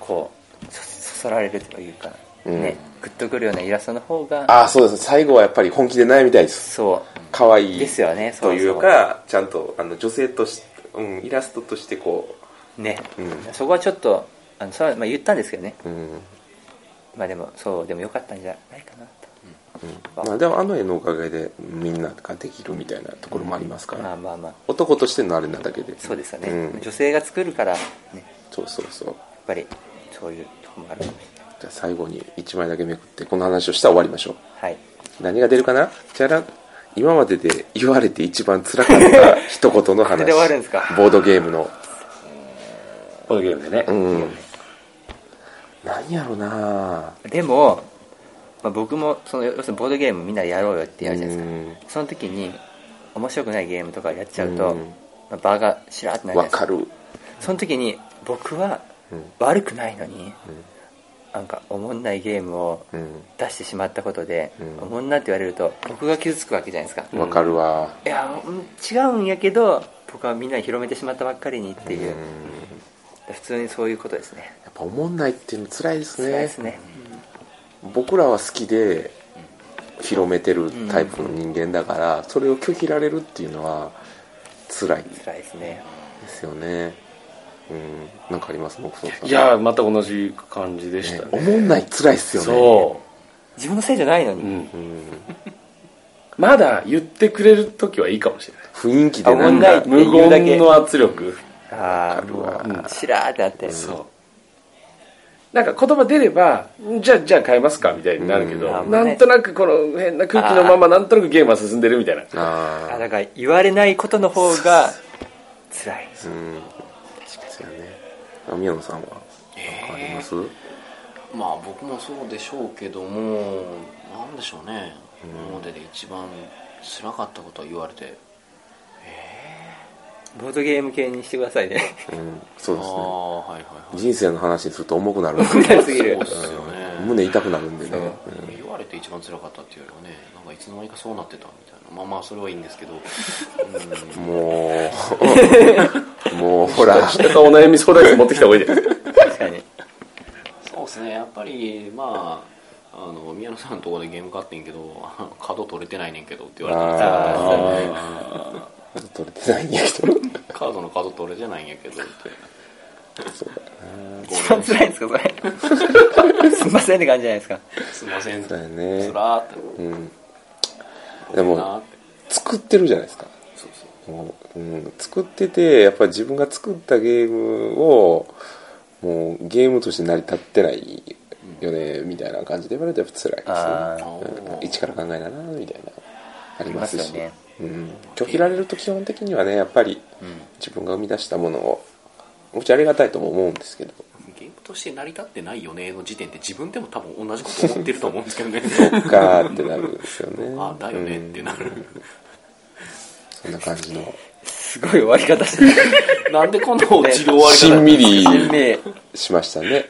S3: こうそそそられるというか、
S1: うん
S3: ねグッとくるようなイラストの方が
S1: あそうです最後はやっぱり本気で悩みたいです
S3: そ
S1: 可愛
S3: う
S1: い
S3: ですよねそ
S1: と
S3: う
S1: いうかちゃんとあの女性として、うん、イラストとしてこ
S3: そうね、
S1: うん
S3: そこはちょっとあのそれは、まあ、言ったんですけどね
S1: う、うん
S3: まあでもそうでもよかったんじゃないかなと、
S1: まあ、でもあの絵のおかげでみんなができるみたいなところもありますから、
S3: まあまあまあ
S1: 男としてのあれなだけで
S3: そうですよね、
S1: うん
S3: 女性が作るからねやっ
S1: そうそうそう
S3: ぱりそういうとこもあるかもしれない
S1: じゃあ最後に1枚だけめくってこの話をしたら終わりましょう
S3: はい
S1: 何が出るかなじゃら今までで言われて一番辛かった一言の
S3: これ
S1: 話
S3: で終わるんですか
S1: ボードゲームの
S2: このゲームでね、
S1: うん何やろうな
S3: でも、まあ、僕もその要するにボードゲームみんなでやろうよってやるじゃないですか、その時に面白くないゲームとかやっちゃうと、
S1: うん
S3: まあ、場がしらっとなるじ
S1: わ
S3: ゃないです
S1: か
S3: か
S1: る
S3: その時に僕は
S1: うん
S3: 悪くないのに、なんかおもんないゲームを
S1: うん
S3: 出してしまったことで、
S1: うん
S3: おもんなって言われると僕が傷つくわけじゃないですか、
S1: わかるわ
S3: いやうん違うんやけど僕はみんなに広めてしまったばっかりにっていう、普通にそういうことですね
S1: やっぱおもんないっていうの辛いですね
S3: 辛いですね
S1: 僕らは好きで広めてるタイプの人間だから、それを拒否られるっていうのは辛いで
S3: 辛いですね
S1: すよねうんなんかあります僕そう
S2: いやーまた同じ感じでしたね
S1: おもんない辛いっすよね
S2: そ
S3: 自分のせいじゃないのに、
S2: う、うん、
S1: う、ん、
S2: まだ言ってくれる時はいいかもしれない
S1: 雰囲気で
S3: お
S1: な
S3: もん
S1: ん
S3: な
S1: か
S3: いっ
S2: 無
S3: ていうだけ
S2: 言の圧力
S3: ああも
S1: わ
S3: うしらーってなって
S2: そうなんか言葉出ればじゃあじゃあ変えますかみたいになるけど、
S3: うん
S2: なんとなくこの変な空気のままなんとなくゲームは進んでるみたいな
S1: あ
S3: あだから言われないことの方が辛い
S1: うん確かにねあ宮野さんは何かあります、
S4: まあ僕もそうでしょうけどもなんでしょうね今までで一番辛かったことを言われて
S3: ボードゲーム系にしてくださいね
S1: うん、そうですね
S4: ああはいはいはい
S1: 人生の話にすると重くなる
S3: 重くなりすぎる
S1: うん
S4: そうですよね
S1: 胸痛くなるんでね、うん
S4: 言われて一番辛かったっていうよりはねなんかいつの間にかそうなってたみたいなまあまあそれはいいんですけどうん
S1: もうもうほら
S2: 下かお悩み相談室持ってきた方がいいです
S3: 確かに
S4: そうですねやっぱりまああの宮野さんのところでゲーム買ってんけど あの角取れてないねんけどって言われたら辛かったですね
S1: 取れてないんやけど
S4: カードの角取れてないんやけどって
S3: 一番辛いんですかそれすんませんって感じじゃないですか
S4: すいませんつ
S1: だよね
S4: らーって
S1: うん
S4: ご
S1: で
S4: めんなー
S1: も
S4: って
S1: 作ってるじゃないですか
S4: そうそう
S1: もう、うん、作っててやっぱり自分が作ったゲームをもうゲームとして成り立ってないよね、みたいな感じで言われるとやっぱ辛いですね
S3: あ
S4: あー
S1: 一から考えななみたいなあります
S3: あります
S1: し
S3: よね
S1: うん、拒否られると基本的にはねやっぱり自分が生み出したものをもちろんありがたいとも思うんですけど
S4: ゲームとして成り立ってないよねの時点で自分でも多分同じこと思ってると思うんですけどね
S1: ガーってなるんですよね
S4: あだよねってなる
S1: うんそんな感じの
S3: すごい終わり方してる
S4: なんでこんな落ちる終わり
S1: しんみり
S3: 鮮明
S1: しましたね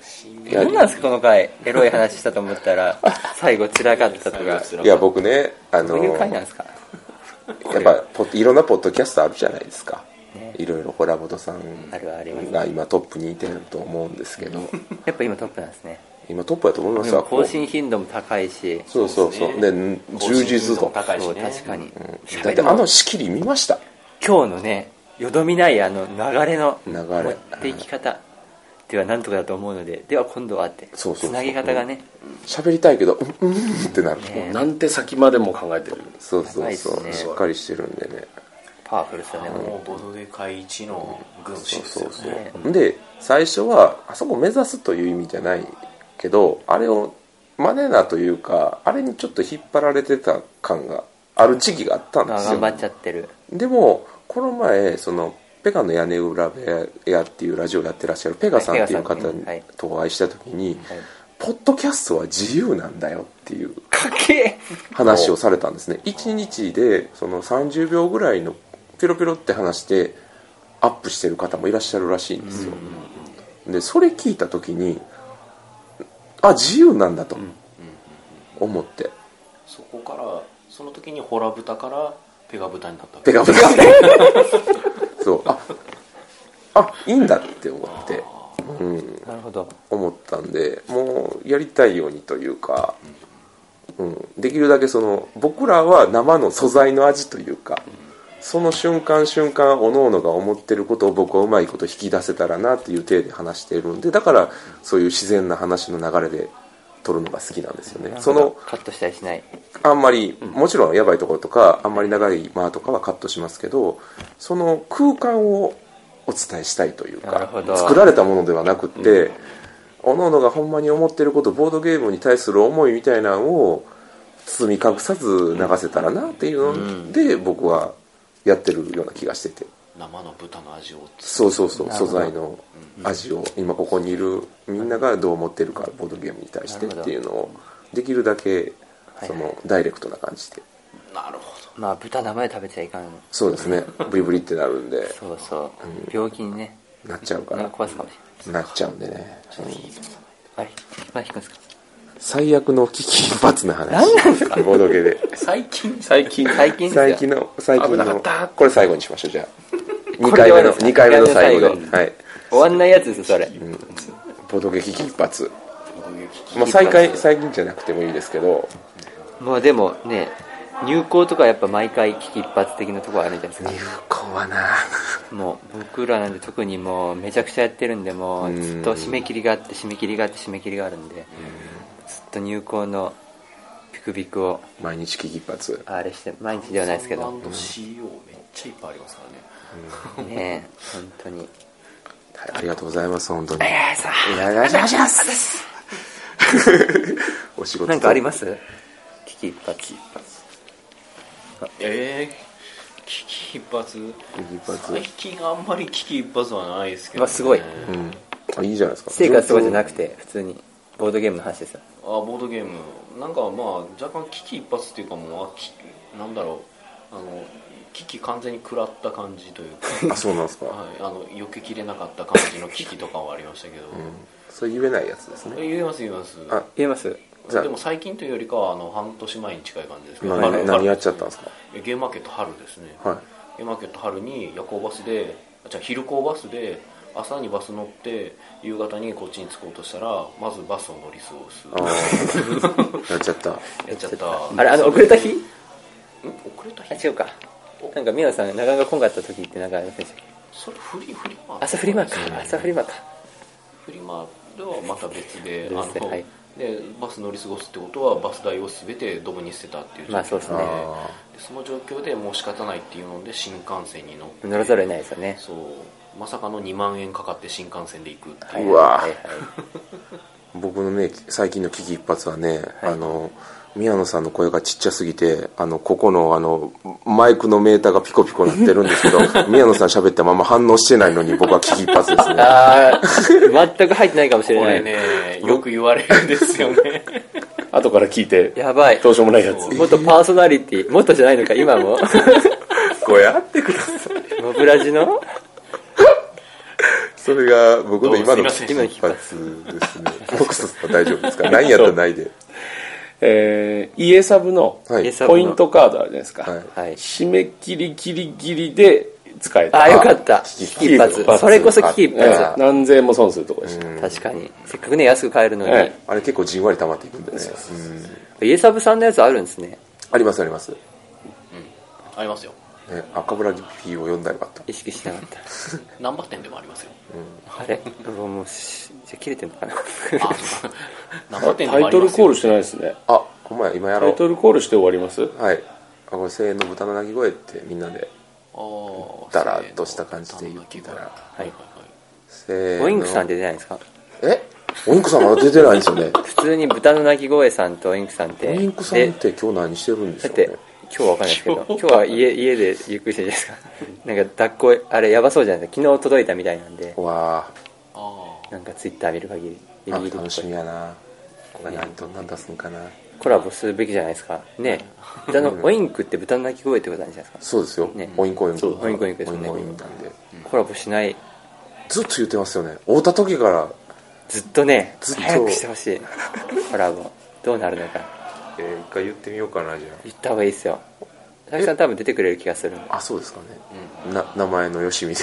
S1: いや
S3: 何なんですかこの回エロい話したと思ったら最後辛かったとか
S1: いや僕ねあ
S3: ど
S1: の
S3: ういう回なんですか
S1: やっぱポッいろんなポッドキャストあるじゃないですか、いろいろホラボドさん
S3: あるあります
S1: が今トップにいてると思うんですけど、
S3: やっぱ今トップなんですね
S1: 今トップだと思います
S3: でも
S1: わ
S3: 更新頻度も高いし
S1: そうそうそうで充実
S4: 度
S1: 度
S4: も高いし
S3: そう
S4: ね
S3: 確かに、
S1: うんだってあの仕切り見ました
S3: 今日のねよどみないあの流れの
S1: 流れ
S3: 持っていき方ではなんとかだと思うのででは今度はって
S1: そうそうそう
S3: つなぎ方がね、
S1: 喋りたいけどうんうんってなる、
S3: ね
S2: なんて先までも考えてる
S1: そうそうそ
S3: 高
S1: う、
S3: いっす
S1: し
S3: ね
S1: っかりしてるんでね
S3: パワフルですよねこれ
S4: もうボドゲ界一の軍師
S1: そう
S4: です
S1: そ
S4: よ
S1: うそう、
S4: ね
S1: で最初はあそこ目指すという意味じゃないけどあれを真似なというかあれにちょっと引っ張られてた感がある時期があったんで
S3: あ
S1: すよ
S3: 頑張っちゃってる
S1: でもこの前そのペガの屋根裏部屋っていうラジオやってらっしゃるペガさんっていう
S3: はいペガ
S1: 方
S3: さんはい
S1: とお会いした時に、
S3: はい
S1: ポッドキャストは自由なんだよっていう
S3: かっけ
S1: 話をされたんですね1日でその30秒ぐらいのピロピロって話してアップしてる方もいらっしゃるらしいんですよ、でそれ聞いた時にあ自由なんだと思って、
S4: そこからその時にホラ豚からペガ豚になったわけ
S1: ペガペガ そうああいいんだって思って、うん、
S3: えなるほど
S1: 思ったんでもうやりたいようにというか、うん、できるだけその僕らは生の素材の味というかその瞬間瞬間おのおのが思ってることを僕はうまいこと引き出せたらなっていう体で話してるんでだからそういう自然な話の流れで撮るのが好きなんですよねその
S3: カットしたりしない
S1: あんまり、もちろんやばいところとかあんまり長い間とかはカットしますけどその空間をお伝えしたいという
S3: なる
S1: か
S3: ほど
S1: 作られたものではなくって、各々がほんまに思ってることボードゲームに対する思いみたいなのを包み隠さず流せたらなっていうので、僕はやってるような気がしてて
S4: 生の豚の味を
S1: そうそうそう
S3: なる
S1: 素
S3: ほど
S1: 材の味を今ここにいるみんながどう思ってるかボードゲームに対してっていうのをできるだけそのダイレクトな感じで。
S4: なるほど
S3: まあ豚生で食べちゃいかん
S1: そうですねブリブリってなるんで
S3: そうそう、病気にね
S1: なっちゃうか
S3: なん
S1: ら
S3: か壊すかもし
S1: なっちゃうんでね、うん
S3: れないあれまあ引くんですか
S1: 最悪の危機一髪な話何なんですかボードゲで
S4: 最近
S2: 最近
S3: 最近ですよ
S1: 最近の最近
S2: 危なか
S1: の
S2: った
S1: これ最後にしましょうじゃあ2
S3: これ
S1: 回目
S3: で終わり
S1: の
S3: です
S1: 二回目の最後
S3: 二回目
S1: で
S3: の
S1: はい
S3: 終わんないやつですよそれ
S1: ボードゲ危機一髪まあ再開最近じゃなくてもいいですけど
S3: まあでもね入校とかやっぱ毎回危機一髪的なところあるじゃないです
S1: 不幸はな
S3: かもう僕らなんで特にもうめちゃくちゃやってるんでもうずっと締め切りがあって締め切りがあって締め切りがあるんでずっと入校のビクビクを
S1: 毎日危機一髪
S3: あれして毎日ではないですけど
S4: CO めっちゃいっぱいありますからね
S3: ねえ本当に
S1: はいありがとうございます本当に
S3: えーさ
S1: お願いしますお仕事
S3: なんかあります危機一髪
S4: ええー、危機一発
S1: 一発
S4: 最近あんまり危機一発はないですけど、
S3: まあすごい
S1: うんあいいじゃないですか
S3: 成果すごいじゃなくて普通にボードゲームの話ですよ
S4: あボードゲームなんかまあ若干危機一髪っていうかもうあきなんだろうあの危機完全に食らった感じという か
S1: あそうなんですか
S4: はい、あの避けきれなかった感じの危機とかはありましたけど、
S1: それ言えないやつですね
S4: 言えます言えます
S1: あ
S3: 言えます
S1: じゃあ
S4: でも最近というよりかはあの半年前に近い感じですけど
S1: 何
S4: 春
S1: 何やっちゃったんです か
S4: えゲームマーケット春ですね、
S1: は
S4: ゲームマーケット春に夜行バスであじゃあ昼行バスで朝にバス乗って夕方にこっちに着こうとしたらまずバスを乗り過ごす
S1: あーやっちゃった
S4: やっちゃった
S3: あれあの遅れた日ん
S4: 遅れた
S3: 日違うかなんか宮野さん長岡来んかった時ってなんかありませんでしたっけ
S4: それフリフリマ
S3: 朝フリマか朝フリマか
S4: フリマではまた別であ
S3: 別で
S4: の、
S3: はい
S4: でバス乗り過ごすってことはバス代を全てドブに捨てたっていう
S3: まあそうですね
S1: あ
S4: でその状況でもう仕方ないっていうので新幹線に乗って
S3: 乗らざるを得ないですよね
S4: そうまさかの2万円かかって新幹線で行くっていう、
S1: うわ
S3: はいはい
S1: 僕のね最近の危機一髪はね、あの宮野さんの声がちっちゃすぎてあのここのあのマイクのメーターがピコピコ鳴ってるんですけど 宮野さん喋ったまま反応してないのに僕は危機一髪ですね
S3: あー全く入ってないかもしれ
S4: こ
S3: な
S4: れ
S3: い
S4: ねよく言われるんですよね
S2: 後から聞いて
S3: やばい
S2: どうしようもないやつ
S3: もっとパーソナリティもっとじゃないのか今も
S1: こうやって
S3: モブラジの
S1: それが僕の今の
S4: どうもす
S1: 危機
S4: いません
S1: 一髪ですね僕さんは大丈夫です か何やったらないで
S2: えー、家サブの
S1: はい
S3: イエサブの
S2: ポイントカードあるじゃないですか、
S1: はい
S3: はい
S2: 締め切りギリギリで使えた
S3: あよかった危
S1: 危
S3: 機
S1: 機
S3: 一
S1: 一
S3: 髪
S1: 髪
S3: それこそ危機一
S2: ええ
S3: 髪
S2: 何千円も損するとこでした、
S3: 確かにせっかくね安く買えるのに、
S2: え
S1: あれ結構じんわり溜まっていくんでねうん
S3: イエサブさんのやつあるんですね
S1: ありますあります、ね、
S4: ありますよ
S1: 赤ブラピーを読んだよかった
S3: 意識しなかった
S4: 何番店でもありますよ
S3: あれもうもうしじゃあ切れてんのかな
S4: あそうナン
S2: あ
S4: バ店でも
S2: タ
S4: あ
S2: イ
S4: り
S2: トル
S4: ます
S2: コー
S4: よ
S2: ルしてないですね
S1: あほんまや今や
S2: タ
S1: ろ
S2: イト
S1: う
S2: ルコールして終わります
S1: はいあこれ「せーの豚の鳴き声」ってみんなで
S4: あー
S1: だらっとした感じで言ったら
S4: はいはいはい
S1: せーの
S3: オインクさん出てないんですか
S1: えオインクさんまだ出てないんですよね
S3: 普通に豚の鳴き声さんとオインクさんって
S1: オインクさん
S3: で
S1: って今日何してるんでし
S3: だっ
S1: ょうね
S3: て今日はわかんないですけど今日は家家でゆっくりして るじゃないですかなんか抱っこあれやばそうじゃないですか昨日届いたみたいなんで
S1: うわ
S4: あ
S3: なんかツイッター見る限り
S1: ー
S3: ギ
S1: あ
S3: リギリ
S1: 楽しみやなこれ何どんなん出すんかな
S3: コラボするべきじゃないですかね豚のオインクって豚の鳴き声ってことなんじゃないです
S1: そうですよ、
S3: ね
S1: オインクオインク
S3: そうオインクオインクです
S1: オイン
S3: よね
S1: クオインクなんで
S3: かコラボしない
S1: ずっと言ってますよね会うた時から
S3: ずっとね
S1: ずっと
S3: 早くしてほしいコラボどうなるのか
S1: えー一回言ってみようかなじゃ
S3: 言った方がいいですよ佐々木さん多分出てくれる気がする
S1: ああそうですかね、な名前のよ しみで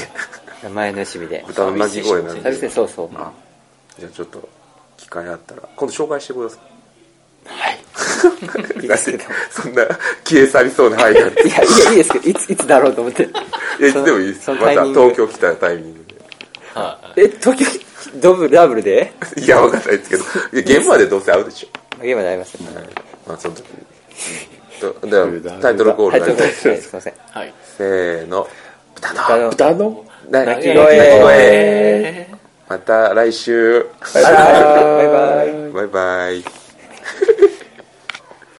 S3: 名前の趣味で
S1: 豚の鳴き声なん
S3: 佐々木
S1: で
S3: さんそうそう
S1: あじゃあちょっと機会あったら今度紹介してください はいそんな消え去りそうな範囲 なんで
S3: いやいやいいですけどいついつだろうと思って
S1: いやいつでもいいです
S3: そ
S1: ま
S3: のそ
S1: た
S3: のタイミング
S1: 東京来たタイミング
S3: え東京ドブルダブル で
S1: でいやわかんないですけどいや現場でどうせ会うでしょ
S3: ゲームになります
S1: まあその時にとではタイトルコー
S3: タイ
S1: ル
S3: ト
S1: な
S3: ル
S1: んで
S3: ですいません
S4: はい
S1: せーの豚の
S3: あの
S2: 豚の
S1: 鳴
S3: 鳴き声
S1: また来週
S3: バイバイ